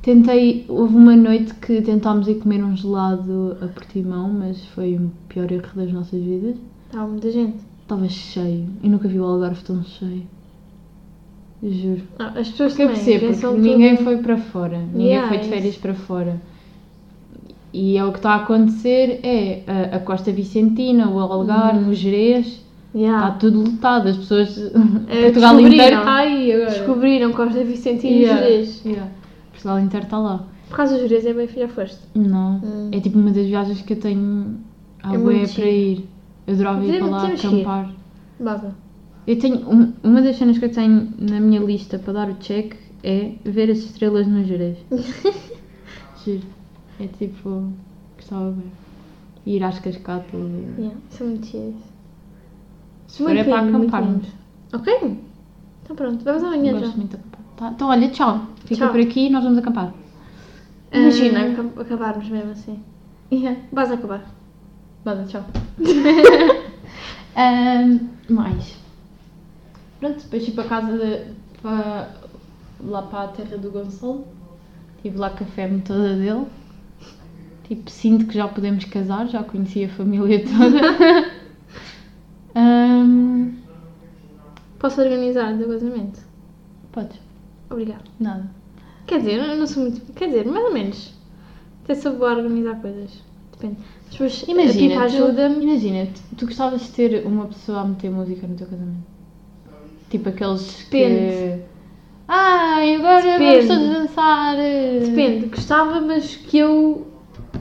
[SPEAKER 1] Tentei, houve uma noite que tentámos ir comer um gelado a Portimão, mas foi o pior erro das nossas vidas.
[SPEAKER 2] Estava muita gente.
[SPEAKER 1] Estava cheio. Eu nunca vi o Algarve tão cheio. Juro.
[SPEAKER 2] Ah, as pessoas
[SPEAKER 1] Que eu
[SPEAKER 2] também
[SPEAKER 1] percebo, porque
[SPEAKER 2] pensam
[SPEAKER 1] ninguém
[SPEAKER 2] tudo-
[SPEAKER 1] foi para fora, ninguém
[SPEAKER 2] Yeah,
[SPEAKER 1] foi de
[SPEAKER 2] isso.
[SPEAKER 1] férias para fora. E é o que está a acontecer, é a, a Costa Vicentina, o Algarve,
[SPEAKER 2] Uhum.
[SPEAKER 1] o Jerez, está
[SPEAKER 2] Yeah.
[SPEAKER 1] tudo lotado, as pessoas,
[SPEAKER 2] É,
[SPEAKER 1] Portugal inteiro
[SPEAKER 2] Ah. descobriram.
[SPEAKER 1] está aí agora.
[SPEAKER 2] Descobriram Costa Vicentina
[SPEAKER 1] Yeah,
[SPEAKER 2] e Jerez.
[SPEAKER 1] yeah. Portugal inteiro está lá.
[SPEAKER 2] Por causa do Jerez é bem filha foste.
[SPEAKER 1] Não,
[SPEAKER 2] Hum.
[SPEAKER 1] é tipo uma das viagens que eu tenho à
[SPEAKER 2] É
[SPEAKER 1] é
[SPEAKER 2] muito é
[SPEAKER 1] para ir. Eu adorava ir para
[SPEAKER 2] Temos-
[SPEAKER 1] lá
[SPEAKER 2] temos que ir.
[SPEAKER 1] acampar.
[SPEAKER 2] Basta.
[SPEAKER 1] Eu tenho, um- uma das cenas que eu tenho na minha lista para dar o check é ver as estrelas no Jerez. Giro. É tipo, gostava bem. Ir às cascatas. e-
[SPEAKER 2] Yeah. Isso é muito chique.
[SPEAKER 1] Se for é para acamparmos.
[SPEAKER 2] Ok. Então pronto, vamos amanhã já.
[SPEAKER 1] Gosto muito de acampar. Tá, então olha, tchau. Fica
[SPEAKER 2] Tchau.
[SPEAKER 1] por aqui e nós vamos acampar.
[SPEAKER 2] Imagina
[SPEAKER 1] Ah,
[SPEAKER 2] acab- acabarmos mesmo assim.
[SPEAKER 1] yeah.
[SPEAKER 2] então. Vais acabar.
[SPEAKER 1] Bada, tchau. Ahm, mais. Pronto, depois fui para casa de- para- lá para a terra do Gonçalo. Tive lá com a fome toda dele. Tipo, sinto que já podemos casar, já conheci a família toda. Ahm,
[SPEAKER 2] Posso organizar o teu casamento?
[SPEAKER 1] podes,
[SPEAKER 2] Obrigada.
[SPEAKER 1] nada.
[SPEAKER 2] Quer dizer, eu não sou muito. Quer dizer, mais ou menos. Até sou boa a organizar coisas. Depende. Mas depois a Pipa
[SPEAKER 1] Imagina, tu,
[SPEAKER 2] tipo, ajuda-me.
[SPEAKER 1] imagina, tu, tu gostavas de ter uma pessoa a meter música no teu casamento? Tipo aqueles
[SPEAKER 2] Depende.
[SPEAKER 1] que... Ah, agora vamos
[SPEAKER 2] Depende.
[SPEAKER 1] todos dançar! eh.
[SPEAKER 2] Depende, gostava, mas que eu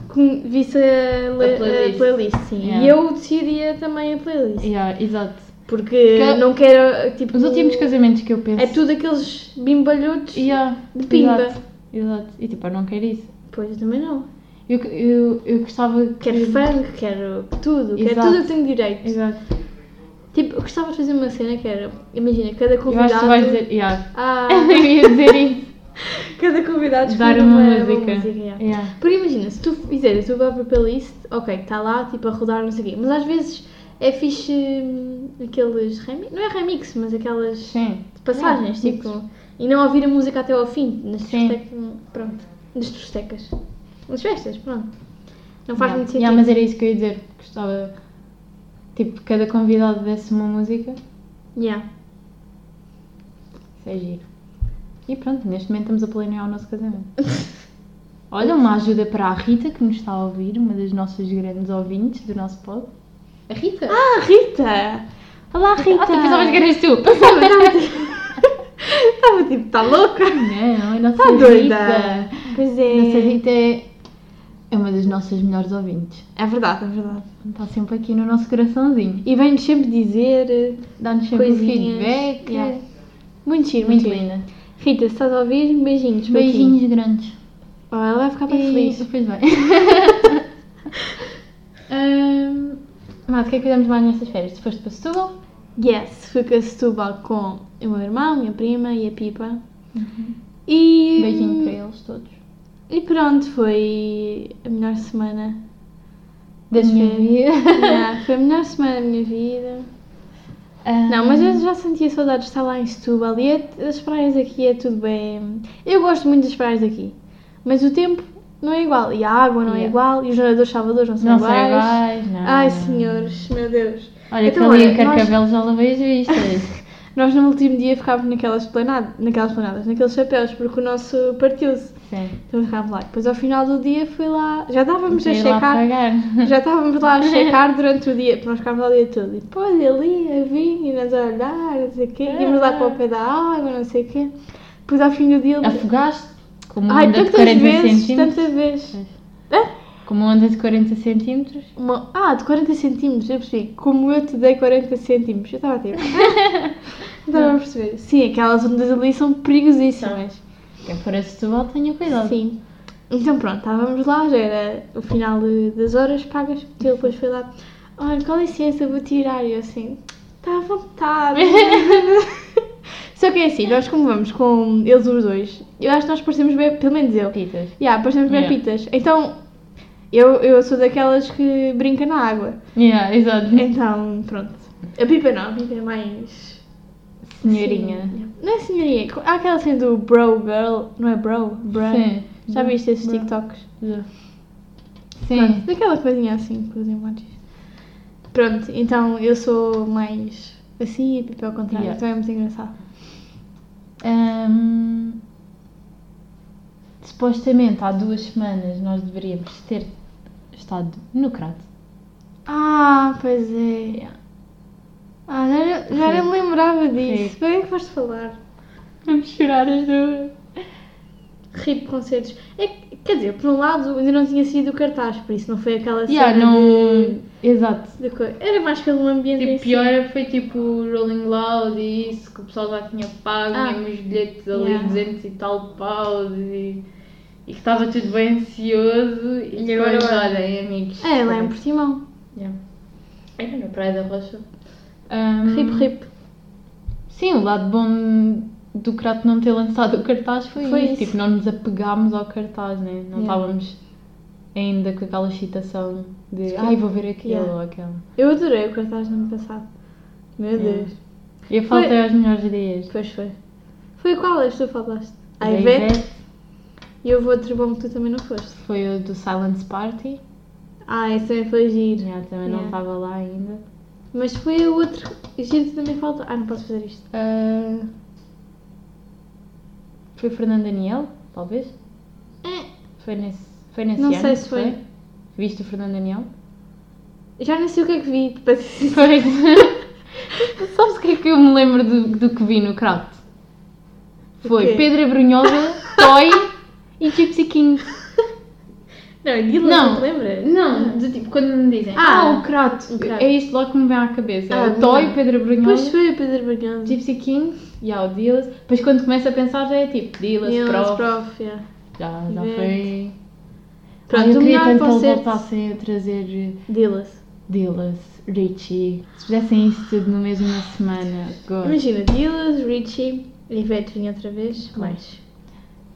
[SPEAKER 2] com- visse a, le-
[SPEAKER 3] A playlist.
[SPEAKER 2] a playlist, sim.
[SPEAKER 1] Yeah.
[SPEAKER 2] E eu decidia também a playlist.
[SPEAKER 1] Yeah, exato.
[SPEAKER 2] Porque
[SPEAKER 1] Que-
[SPEAKER 2] não quero, tipo...
[SPEAKER 1] Os últimos casamentos que eu penso.
[SPEAKER 2] É tudo aqueles bimbalhotes.
[SPEAKER 1] Yeah,
[SPEAKER 2] de pimba.
[SPEAKER 1] Exato, exato. E tipo, eu não quero isso.
[SPEAKER 2] Pois, eu também não.
[SPEAKER 1] Eu, eu, eu gostava. que-
[SPEAKER 2] Quero funk, quero tudo. Quero
[SPEAKER 1] Uhum. Exato.
[SPEAKER 2] tudo que tenho direito.
[SPEAKER 1] Exato.
[SPEAKER 2] Tipo, eu gostava de fazer uma cena que era... Imagina,
[SPEAKER 1] Eu
[SPEAKER 2] cada
[SPEAKER 1] acho que
[SPEAKER 2] convidado...
[SPEAKER 1] tu vais dizer. Yeah.
[SPEAKER 2] Ah,
[SPEAKER 1] eu ia dizer isso.
[SPEAKER 2] cada convidado
[SPEAKER 1] Dar
[SPEAKER 2] escolhe
[SPEAKER 1] uma
[SPEAKER 2] é Uma
[SPEAKER 1] música.
[SPEAKER 2] música yeah.
[SPEAKER 1] Yeah.
[SPEAKER 2] Porque imagina, se tu fizeres a tua própria playlist, ok, está lá, tipo, a rodar, não sei o quê. Mas às vezes é fixe hum, aqueles remix, não é remix, mas aquelas
[SPEAKER 1] Sim.
[SPEAKER 2] passagens,
[SPEAKER 1] Yeah,
[SPEAKER 2] tipo, e não ouvir a música até ao fim, nas
[SPEAKER 1] Sim.
[SPEAKER 2] discotecas, pronto, nas discotecas, nas festas, pronto. Não faz
[SPEAKER 1] Yeah.
[SPEAKER 2] muito
[SPEAKER 1] Yeah,
[SPEAKER 2] sentido.
[SPEAKER 1] mas era isso que eu ia dizer. Gostava. Tipo, cada convidado desse uma música.
[SPEAKER 2] Yeah.
[SPEAKER 1] Isso é giro. E pronto, neste momento estamos a planear o nosso casamento. Olha, uma ajuda para a Rita, que nos está a ouvir, uma das nossas grandes ouvintes do nosso pod. A Rita? Ah,
[SPEAKER 2] Ah, Rita! Olá, Ah, Rita!
[SPEAKER 1] tu pensavas que eras tu!
[SPEAKER 2] Estava, tipo, estava tipo, está louca?
[SPEAKER 1] Não, é a nossa
[SPEAKER 2] Está
[SPEAKER 1] Rita.
[SPEAKER 2] Tá doida! Pois
[SPEAKER 1] A nossa
[SPEAKER 2] é.
[SPEAKER 1] Rita é, é uma das nossas melhores ouvintes.
[SPEAKER 2] É verdade, é verdade.
[SPEAKER 1] Está sempre aqui no nosso coraçãozinho.
[SPEAKER 2] E vem-nos sempre dizer... eh,
[SPEAKER 1] Dá-nos sempre
[SPEAKER 2] Coisinhas,
[SPEAKER 1] feedback.
[SPEAKER 2] yeah. Muito giro, muito,
[SPEAKER 1] Muito
[SPEAKER 2] giro.
[SPEAKER 1] linda.
[SPEAKER 2] Rita, se estás a ouvir, beijinhos. para ti.
[SPEAKER 1] Beijinhos grandes.
[SPEAKER 2] Oh, ela vai ficar bem
[SPEAKER 1] E...
[SPEAKER 2] feliz.
[SPEAKER 1] Pois bem. Ahm, Mato, o que é que fizemos mais nestas férias? Tu foste para Setúbal?
[SPEAKER 2] Hum. Yes, fui com a Setúbal com o meu irmão, minha prima e a Pipa. E...
[SPEAKER 1] Beijinho para eles todos.
[SPEAKER 2] E pronto, foi a melhor semana.
[SPEAKER 1] Da
[SPEAKER 2] Das
[SPEAKER 1] minha vida.
[SPEAKER 2] Yeah, foi a melhor semana da minha vida. Não, mas eu já sentia saudades de estar lá em Setúbal e é- as praias aqui é tudo bem... Eu gosto muito das praias aqui, mas o tempo não é igual e a água não é
[SPEAKER 1] Yeah.
[SPEAKER 2] igual e os nadadores salvadores não são
[SPEAKER 1] Não sei
[SPEAKER 2] iguais.
[SPEAKER 1] mais, não.
[SPEAKER 2] Ai, senhores, meu Deus.
[SPEAKER 1] Olha,
[SPEAKER 2] Então,
[SPEAKER 1] que ali o
[SPEAKER 2] olha, nós-
[SPEAKER 1] Carcavelos já lavei as vistas.
[SPEAKER 2] Nós no último dia ficávamos naquelas planadas, naquelas planadas, naqueles chapéus, porque o nosso partiu-se.
[SPEAKER 1] Sim.
[SPEAKER 2] Então ficávamos lá. Depois ao final do dia fui lá, já estávamos a
[SPEAKER 1] Sei lá
[SPEAKER 2] checar,
[SPEAKER 1] pagar.
[SPEAKER 2] já estávamos lá a checar durante o dia, porque nós ficávamos lá o dia todo. E depois ali a vir e nós a olhar, não sei o quê, íamos lá para o pé da água, não sei o quê. Depois ao fim do dia...
[SPEAKER 1] Afogaste com uma
[SPEAKER 2] Ai,
[SPEAKER 1] onda de
[SPEAKER 2] tantas
[SPEAKER 1] 40
[SPEAKER 2] vezes,
[SPEAKER 1] centímetros.
[SPEAKER 2] tanta vez.
[SPEAKER 1] Com uma onda de 40 centímetros.
[SPEAKER 2] Uma- ah, de 40 centímetros, eu percebi. Como eu te dei 40 centímetros. Eu estava tipo... Não estava a perceber. Sim, aquelas ondas ali são perigosíssimas.
[SPEAKER 1] Quem for a Setúbal, tenha cuidado.
[SPEAKER 2] Então é. Sim. Então pronto, estávamos lá, já era o final de- das horas pagas, porque eu
[SPEAKER 1] Uhum.
[SPEAKER 2] depois fui lá, olha, com licença, vou tirar, e eu assim, está à vontade. Só que é assim, nós como vamos com eles os dois, eu acho que nós parecemos bem, pelo menos eu,
[SPEAKER 1] Pitas.
[SPEAKER 2] yeah, parecemos bem
[SPEAKER 1] Yeah.
[SPEAKER 2] pitas. Então, eu, eu sou daquelas que brinca na água.
[SPEAKER 1] Yeah, exato.
[SPEAKER 2] Então, pronto. A pipa não, a pipa é mais...
[SPEAKER 1] Senhorinha.
[SPEAKER 2] Sim, yeah. Não é senhorinha, há aquela cena do bro girl, não é bro? Bro.
[SPEAKER 1] Sim.
[SPEAKER 2] Já viste esses
[SPEAKER 1] Bro.
[SPEAKER 2] TikToks?
[SPEAKER 3] É.
[SPEAKER 1] Já.
[SPEAKER 2] Pronto,
[SPEAKER 1] Sim.
[SPEAKER 2] daquela coisinha assim, por exemplo, antes. Pronto, então eu sou mais assim e a Pipa ao contrário,
[SPEAKER 1] Yeah.
[SPEAKER 2] então é muito engraçado.
[SPEAKER 1] Ahm, supostamente há duas semanas nós deveríamos ter estado no Crato.
[SPEAKER 2] Ah, pois é. Ah, já, era- já nem me lembrava disso.
[SPEAKER 1] Ri.
[SPEAKER 2] Para que é que foste falar?
[SPEAKER 1] Vamos chorar as duas.
[SPEAKER 2] Rir de concertos. É, que- quer dizer, por um lado ainda não tinha sido o cartaz, por isso não foi aquela
[SPEAKER 1] Yeah,
[SPEAKER 2] cena
[SPEAKER 1] não. Exato.
[SPEAKER 2] de, de coisa. Era mais pelo ambiente em
[SPEAKER 3] Tipo,
[SPEAKER 2] si.
[SPEAKER 3] pior foi tipo Rolling Loud e isso, que o pessoal já tinha pago,
[SPEAKER 2] Ah.
[SPEAKER 3] tinha uns bilhetes ali,
[SPEAKER 2] Yeah.
[SPEAKER 3] 200 e tal paus e, e que estava tudo bem ansioso. E,
[SPEAKER 2] E agora
[SPEAKER 3] depois,
[SPEAKER 2] olha.
[SPEAKER 3] olhem, amigos.
[SPEAKER 2] É, lá
[SPEAKER 1] Uhum.
[SPEAKER 2] em Portimão.
[SPEAKER 3] Yeah. Era na Praia da Rocha.
[SPEAKER 1] Ahm,
[SPEAKER 2] Rip, rip.
[SPEAKER 1] Sim, o lado bom do Crato não ter lançado o cartaz foi,
[SPEAKER 2] Foi
[SPEAKER 1] isso.
[SPEAKER 2] isso.
[SPEAKER 1] Tipo, não nos apegámos ao cartaz, né? Não
[SPEAKER 2] Yeah.
[SPEAKER 1] estávamos ainda com aquela excitação de
[SPEAKER 2] Sim.
[SPEAKER 1] ai, vou ver aquilo
[SPEAKER 2] Yeah.
[SPEAKER 1] ou aquela.
[SPEAKER 2] Eu adorei o cartaz no ano passado. Meu
[SPEAKER 1] Yeah.
[SPEAKER 2] Deus.
[SPEAKER 1] E a falta é aos melhores dias.
[SPEAKER 2] Pois foi. Foi qual és que tu falaste? A
[SPEAKER 1] Da
[SPEAKER 2] Ivete e houve outro bom que tu também não foste.
[SPEAKER 1] foi o do Silence Party.
[SPEAKER 2] Ah, esse também foi giro.
[SPEAKER 1] Já, também
[SPEAKER 2] Yeah.
[SPEAKER 1] não estava lá ainda.
[SPEAKER 2] Mas foi o outro giro que também faltou. Ah, não posso fazer isto.
[SPEAKER 1] Ah, Foi Fernando Daniel, talvez?
[SPEAKER 2] Eh,
[SPEAKER 1] Foi nesse, foi nesse
[SPEAKER 2] Não
[SPEAKER 1] ano?
[SPEAKER 2] sei
[SPEAKER 1] que
[SPEAKER 2] se foi.
[SPEAKER 1] Viste o Fernando Daniel?
[SPEAKER 2] Já nem sei o que é que vi. para ser sincera.
[SPEAKER 1] Pois. Sabes o que é que eu me lembro do, do que vi no Kraut? Foi
[SPEAKER 2] quê?
[SPEAKER 1] Pedra Brunhosa, Toy e Gypsy King.
[SPEAKER 2] Não, Guilherme,
[SPEAKER 1] Não.
[SPEAKER 2] não te lembras?
[SPEAKER 1] Não, de tipo, quando me dizem, ah,
[SPEAKER 2] Ah,
[SPEAKER 1] o, crato,
[SPEAKER 2] o Crato.
[SPEAKER 1] é isto logo que me vem à cabeça. É
[SPEAKER 2] Ah,
[SPEAKER 1] o Toy,
[SPEAKER 2] não.
[SPEAKER 1] Pedro Brunhosa,
[SPEAKER 2] Depois foi o Pedro Bragão.
[SPEAKER 1] Gypsy Kings, e yeah, o Dillas. Depois quando começa a pensar já é tipo, Dillas,
[SPEAKER 2] Ele,
[SPEAKER 1] Prof,
[SPEAKER 2] prof, yeah.
[SPEAKER 1] já, já
[SPEAKER 2] Ivete.
[SPEAKER 1] foi. Ai,
[SPEAKER 2] Pronto,
[SPEAKER 1] eu
[SPEAKER 2] o
[SPEAKER 1] queria um tanto
[SPEAKER 2] melhor
[SPEAKER 1] que eles
[SPEAKER 2] concerto.
[SPEAKER 1] voltassem a trazer
[SPEAKER 2] Dillas.
[SPEAKER 1] Dillas, Richie. Se fizessem isso tudo na mesma semana, gosto.
[SPEAKER 2] Imagina, Dillas, Richie, Ivete vinha outra vez.
[SPEAKER 1] Claro.
[SPEAKER 2] Mais.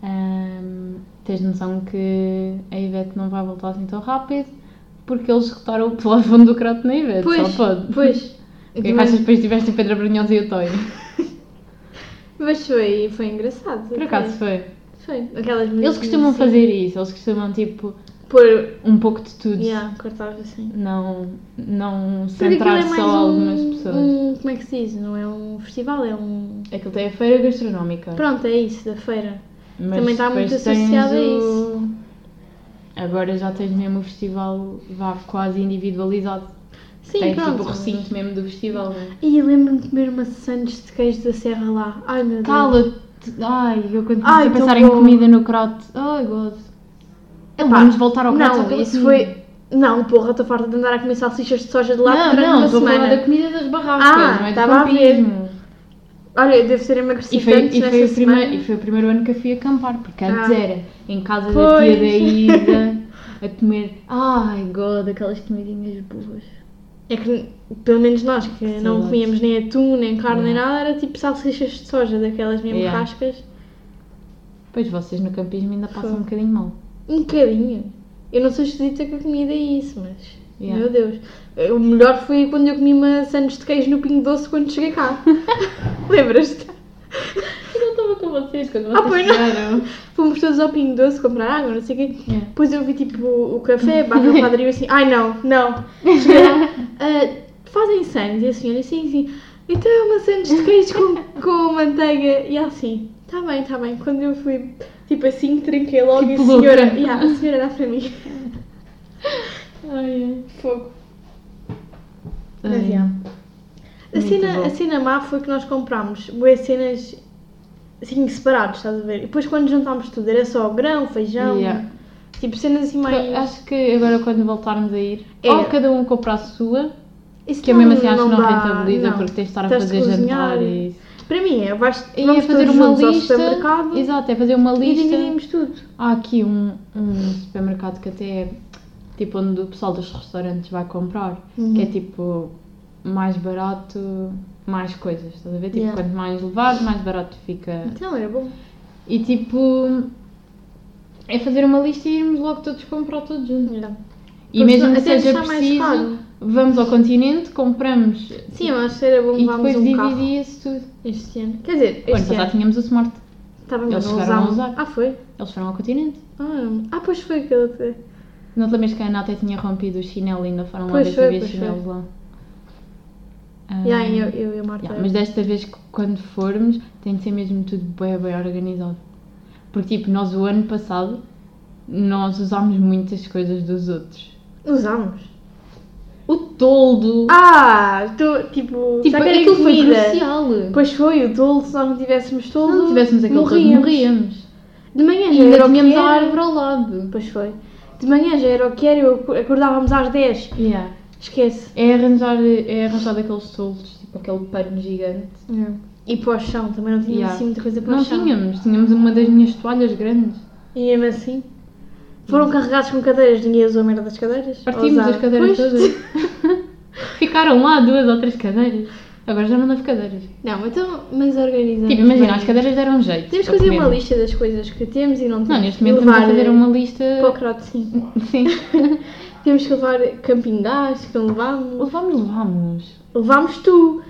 [SPEAKER 1] Ahm, tens noção que a Ivete não vai voltar assim tão rápido porque eles retaram o plafond do crato na Ivete,
[SPEAKER 2] Pois,
[SPEAKER 1] só pode.
[SPEAKER 2] pois.
[SPEAKER 1] O que é que achas depois tiveste o Pedro Brunhosa e o Toy?
[SPEAKER 2] Mas foi, foi engraçado.
[SPEAKER 1] Por acaso foi.
[SPEAKER 2] Foi. Aquelas
[SPEAKER 1] Eles
[SPEAKER 2] músicas
[SPEAKER 1] costumam
[SPEAKER 2] assim,
[SPEAKER 1] fazer isso, eles costumam tipo
[SPEAKER 2] Pôr.
[SPEAKER 1] um pouco de tudo.
[SPEAKER 2] Yeah, cortava assim.
[SPEAKER 1] Não, não
[SPEAKER 2] Porque aquilo
[SPEAKER 1] centrar
[SPEAKER 2] é mais
[SPEAKER 1] só algumas
[SPEAKER 2] um-
[SPEAKER 1] pessoas.
[SPEAKER 2] um- como é que se diz? Não é um festival, é um.
[SPEAKER 1] Aquilo tem a feira gastronómica.
[SPEAKER 2] Pronto, é isso, da feira.
[SPEAKER 1] Mas
[SPEAKER 2] Também está muito
[SPEAKER 1] depois tens
[SPEAKER 2] associado a
[SPEAKER 1] o-
[SPEAKER 2] isso.
[SPEAKER 1] Agora já tens mesmo o festival vá quase individualizado.
[SPEAKER 2] Sim,
[SPEAKER 1] tens
[SPEAKER 2] pronto. Uhum.
[SPEAKER 1] tipo o recinto mesmo do festival, não é?
[SPEAKER 2] E lembro-me de comer maçãs de queijo da Serra lá. Ai meu Deus.
[SPEAKER 1] Cala-te! Ai, eu quando
[SPEAKER 2] Hum. Ai,
[SPEAKER 1] comecei a
[SPEAKER 2] tão
[SPEAKER 1] pensar em
[SPEAKER 2] bom.
[SPEAKER 1] comida no crote. Ai, gosto.
[SPEAKER 2] Epá,
[SPEAKER 1] Vamos voltar ao crote. só
[SPEAKER 2] Não,
[SPEAKER 1] pela
[SPEAKER 2] isso
[SPEAKER 1] comida.
[SPEAKER 2] foi. Não, porra, estou farta de andar a comer salsichas de soja de lado
[SPEAKER 1] Não,
[SPEAKER 2] durante
[SPEAKER 1] não,
[SPEAKER 2] uma
[SPEAKER 1] estou a falar
[SPEAKER 2] semana.
[SPEAKER 1] da comida das barracas,
[SPEAKER 2] Ah,
[SPEAKER 1] não é do
[SPEAKER 2] estava a ver.
[SPEAKER 1] campismo.
[SPEAKER 2] Olha, eu devo ter
[SPEAKER 1] E
[SPEAKER 2] emagrecido
[SPEAKER 1] foi,
[SPEAKER 2] tanto
[SPEAKER 1] e, foi
[SPEAKER 2] nessa
[SPEAKER 1] o primeiro,
[SPEAKER 2] semana.
[SPEAKER 1] e foi o primeiro ano que eu fui acampar, porque antes
[SPEAKER 2] Ah.
[SPEAKER 1] era em casa da
[SPEAKER 2] Pois.
[SPEAKER 1] tia da Ida, a comer. Ai, God, aquelas comidinhas boas.
[SPEAKER 2] É que, pelo menos nós, que não
[SPEAKER 1] saudades.
[SPEAKER 2] comíamos nem atum, nem carne, nem nada, era tipo salsichas de soja, daquelas mesmo
[SPEAKER 1] Yeah.
[SPEAKER 2] cascas.
[SPEAKER 1] Pois vocês no campismo ainda passam
[SPEAKER 2] Foi.
[SPEAKER 1] um bocadinho mal.
[SPEAKER 2] Um bocadinho. Eu não sou esquisita com a comida e isso, mas.
[SPEAKER 1] Yeah.
[SPEAKER 2] Meu Deus. O melhor foi quando eu comi maçãs de queijo no Pingo Doce quando cheguei cá. Lembras-te?
[SPEAKER 1] Eu não estava com vocês quando
[SPEAKER 2] Ah, pois não.
[SPEAKER 1] chegaram.
[SPEAKER 2] Fomos todos ao Pingo Doce comprar água, não sei o quê.
[SPEAKER 1] Yeah.
[SPEAKER 2] Depois eu vi tipo o o café, barra o padre e eu assim, ai não, não. Cheguei lá, "Ah, fazem sandes? E a senhora, sim, sim. Então é uma sandes de queijo com, com manteiga. E ela assim, tá bem, tá bem. Quando eu fui tipo assim, trinquei logo
[SPEAKER 1] Tipo
[SPEAKER 2] e a senhora,
[SPEAKER 1] louca.
[SPEAKER 2] yeah, a senhora dá para mim.
[SPEAKER 1] Ai, ai.
[SPEAKER 2] Fogo.
[SPEAKER 1] Ai.
[SPEAKER 2] Mas, yeah. A
[SPEAKER 1] Muito
[SPEAKER 2] cena,
[SPEAKER 1] bom.
[SPEAKER 2] a cena má foi que nós comprámos boas cenas assim separados, estás a ver? E depois quando juntámos tudo era só grão, feijão,
[SPEAKER 1] Yeah.
[SPEAKER 2] tipo cenas assim mais.
[SPEAKER 1] Eu Acho que agora quando voltarmos a ir,
[SPEAKER 2] É.
[SPEAKER 1] ou cada um compra a sua,
[SPEAKER 2] Isso
[SPEAKER 1] que eu mesmo assim acho que não
[SPEAKER 2] dá,
[SPEAKER 1] rentabiliza
[SPEAKER 2] não.
[SPEAKER 1] porque tens de estar a
[SPEAKER 2] Tens de
[SPEAKER 1] fazer
[SPEAKER 2] cozinhar.
[SPEAKER 1] jantar e isso.
[SPEAKER 2] Para mim é, vais
[SPEAKER 1] E
[SPEAKER 2] vamos
[SPEAKER 1] é fazer
[SPEAKER 2] todos
[SPEAKER 1] uma
[SPEAKER 2] juntos ao
[SPEAKER 1] lista.
[SPEAKER 2] supermercado
[SPEAKER 1] Exato, é fazer uma
[SPEAKER 2] e
[SPEAKER 1] lista.
[SPEAKER 2] dividimos tudo.
[SPEAKER 1] Há aqui um, um supermercado que até é tipo onde o pessoal dos restaurantes vai comprar,
[SPEAKER 2] Uhum.
[SPEAKER 1] que é tipo mais barato, mais coisas, estás a ver? Tipo,
[SPEAKER 2] Yeah.
[SPEAKER 1] quanto mais elevado, mais barato fica.
[SPEAKER 2] Então era bom.
[SPEAKER 1] E tipo, é fazer uma lista e irmos logo todos comprar todos juntos. E
[SPEAKER 2] Porque
[SPEAKER 1] mesmo
[SPEAKER 2] senão-
[SPEAKER 1] que
[SPEAKER 2] até
[SPEAKER 1] seja
[SPEAKER 2] está mais
[SPEAKER 1] preciso,
[SPEAKER 2] caro.
[SPEAKER 1] vamos ao continente, compramos
[SPEAKER 2] Sim, eu acho que era bom
[SPEAKER 1] e
[SPEAKER 2] levarmos
[SPEAKER 1] depois
[SPEAKER 2] um carro
[SPEAKER 1] dividia-se tudo.
[SPEAKER 2] este ano. Quer dizer,
[SPEAKER 1] O ano
[SPEAKER 2] este
[SPEAKER 1] passado
[SPEAKER 2] ano.
[SPEAKER 1] tínhamos o Smart,
[SPEAKER 2] Tá bem,
[SPEAKER 1] eles
[SPEAKER 2] mas não
[SPEAKER 1] chegaram a
[SPEAKER 2] usámos.
[SPEAKER 1] usar.
[SPEAKER 2] Ah, foi?
[SPEAKER 1] eles foram ao continente.
[SPEAKER 2] Ah, ah, pois foi aquele. que-
[SPEAKER 1] Não te lembras que a Ana até tinha rompido o chinelo e ainda foram lá
[SPEAKER 2] Pois
[SPEAKER 1] ver se
[SPEAKER 2] foi,
[SPEAKER 1] havia
[SPEAKER 2] pois
[SPEAKER 1] chinelos lá. Ah,
[SPEAKER 2] Yeah, eu, eu e a Marta.
[SPEAKER 1] yeah, mas desta vez, c- quando formos, tem de ser mesmo tudo bem, bem organizado. Porque, tipo, nós o ano passado, nós usámos muitas coisas dos outros.
[SPEAKER 2] Usámos.
[SPEAKER 1] O toldo,
[SPEAKER 2] Ah, estou
[SPEAKER 1] tipo,
[SPEAKER 2] tipo. Tipo, que
[SPEAKER 1] aquilo
[SPEAKER 2] era
[SPEAKER 1] foi
[SPEAKER 2] comida?
[SPEAKER 1] crucial.
[SPEAKER 2] Pois foi, o tolo, se nós não tivéssemos
[SPEAKER 1] Se
[SPEAKER 2] tolo.
[SPEAKER 1] não tivéssemos aquele toldo,
[SPEAKER 2] morríamos.
[SPEAKER 1] morríamos.
[SPEAKER 2] De manhã
[SPEAKER 1] E
[SPEAKER 2] já era
[SPEAKER 1] ainda
[SPEAKER 2] o que
[SPEAKER 1] tínhamos a
[SPEAKER 2] era.
[SPEAKER 1] árvore ao lado.
[SPEAKER 2] Pois foi. De manhã já era o que era, eu acu- acordávamos às 10.
[SPEAKER 1] Yeah.
[SPEAKER 2] Esquece.
[SPEAKER 1] É arranjar, é arranjar daqueles tolos, tipo aquele pano gigante.
[SPEAKER 2] E para o chão, também não tínhamos
[SPEAKER 1] É. Yeah.
[SPEAKER 2] assim muita coisa para
[SPEAKER 1] Não
[SPEAKER 2] o chão.
[SPEAKER 1] tínhamos, tínhamos uma das minhas toalhas grandes.
[SPEAKER 2] E mesmo assim. Foram carregados com cadeiras, ninguém usou a merda das cadeiras.
[SPEAKER 1] Partimos
[SPEAKER 2] Ousado.
[SPEAKER 1] as cadeiras
[SPEAKER 2] Pois.
[SPEAKER 1] todas. Ficaram lá duas ou três cadeiras. Agora já não dá cadeiras.
[SPEAKER 2] Não, então, mas organizamos.
[SPEAKER 1] tipo, imagina,
[SPEAKER 2] bem.
[SPEAKER 1] as cadeiras deram um jeito.
[SPEAKER 2] Temos que
[SPEAKER 1] para
[SPEAKER 2] fazer uma
[SPEAKER 1] comermos.
[SPEAKER 2] lista das coisas que temos e não temos.
[SPEAKER 1] Não, neste
[SPEAKER 2] que
[SPEAKER 1] momento estamos a
[SPEAKER 2] levar,
[SPEAKER 1] fazer
[SPEAKER 2] eh,
[SPEAKER 1] uma lista.
[SPEAKER 2] Para o crote, sim.
[SPEAKER 1] Sim.
[SPEAKER 2] Temos que levar camping gás, que não levámos.
[SPEAKER 1] Levámos, levámos.
[SPEAKER 2] Levámos tu.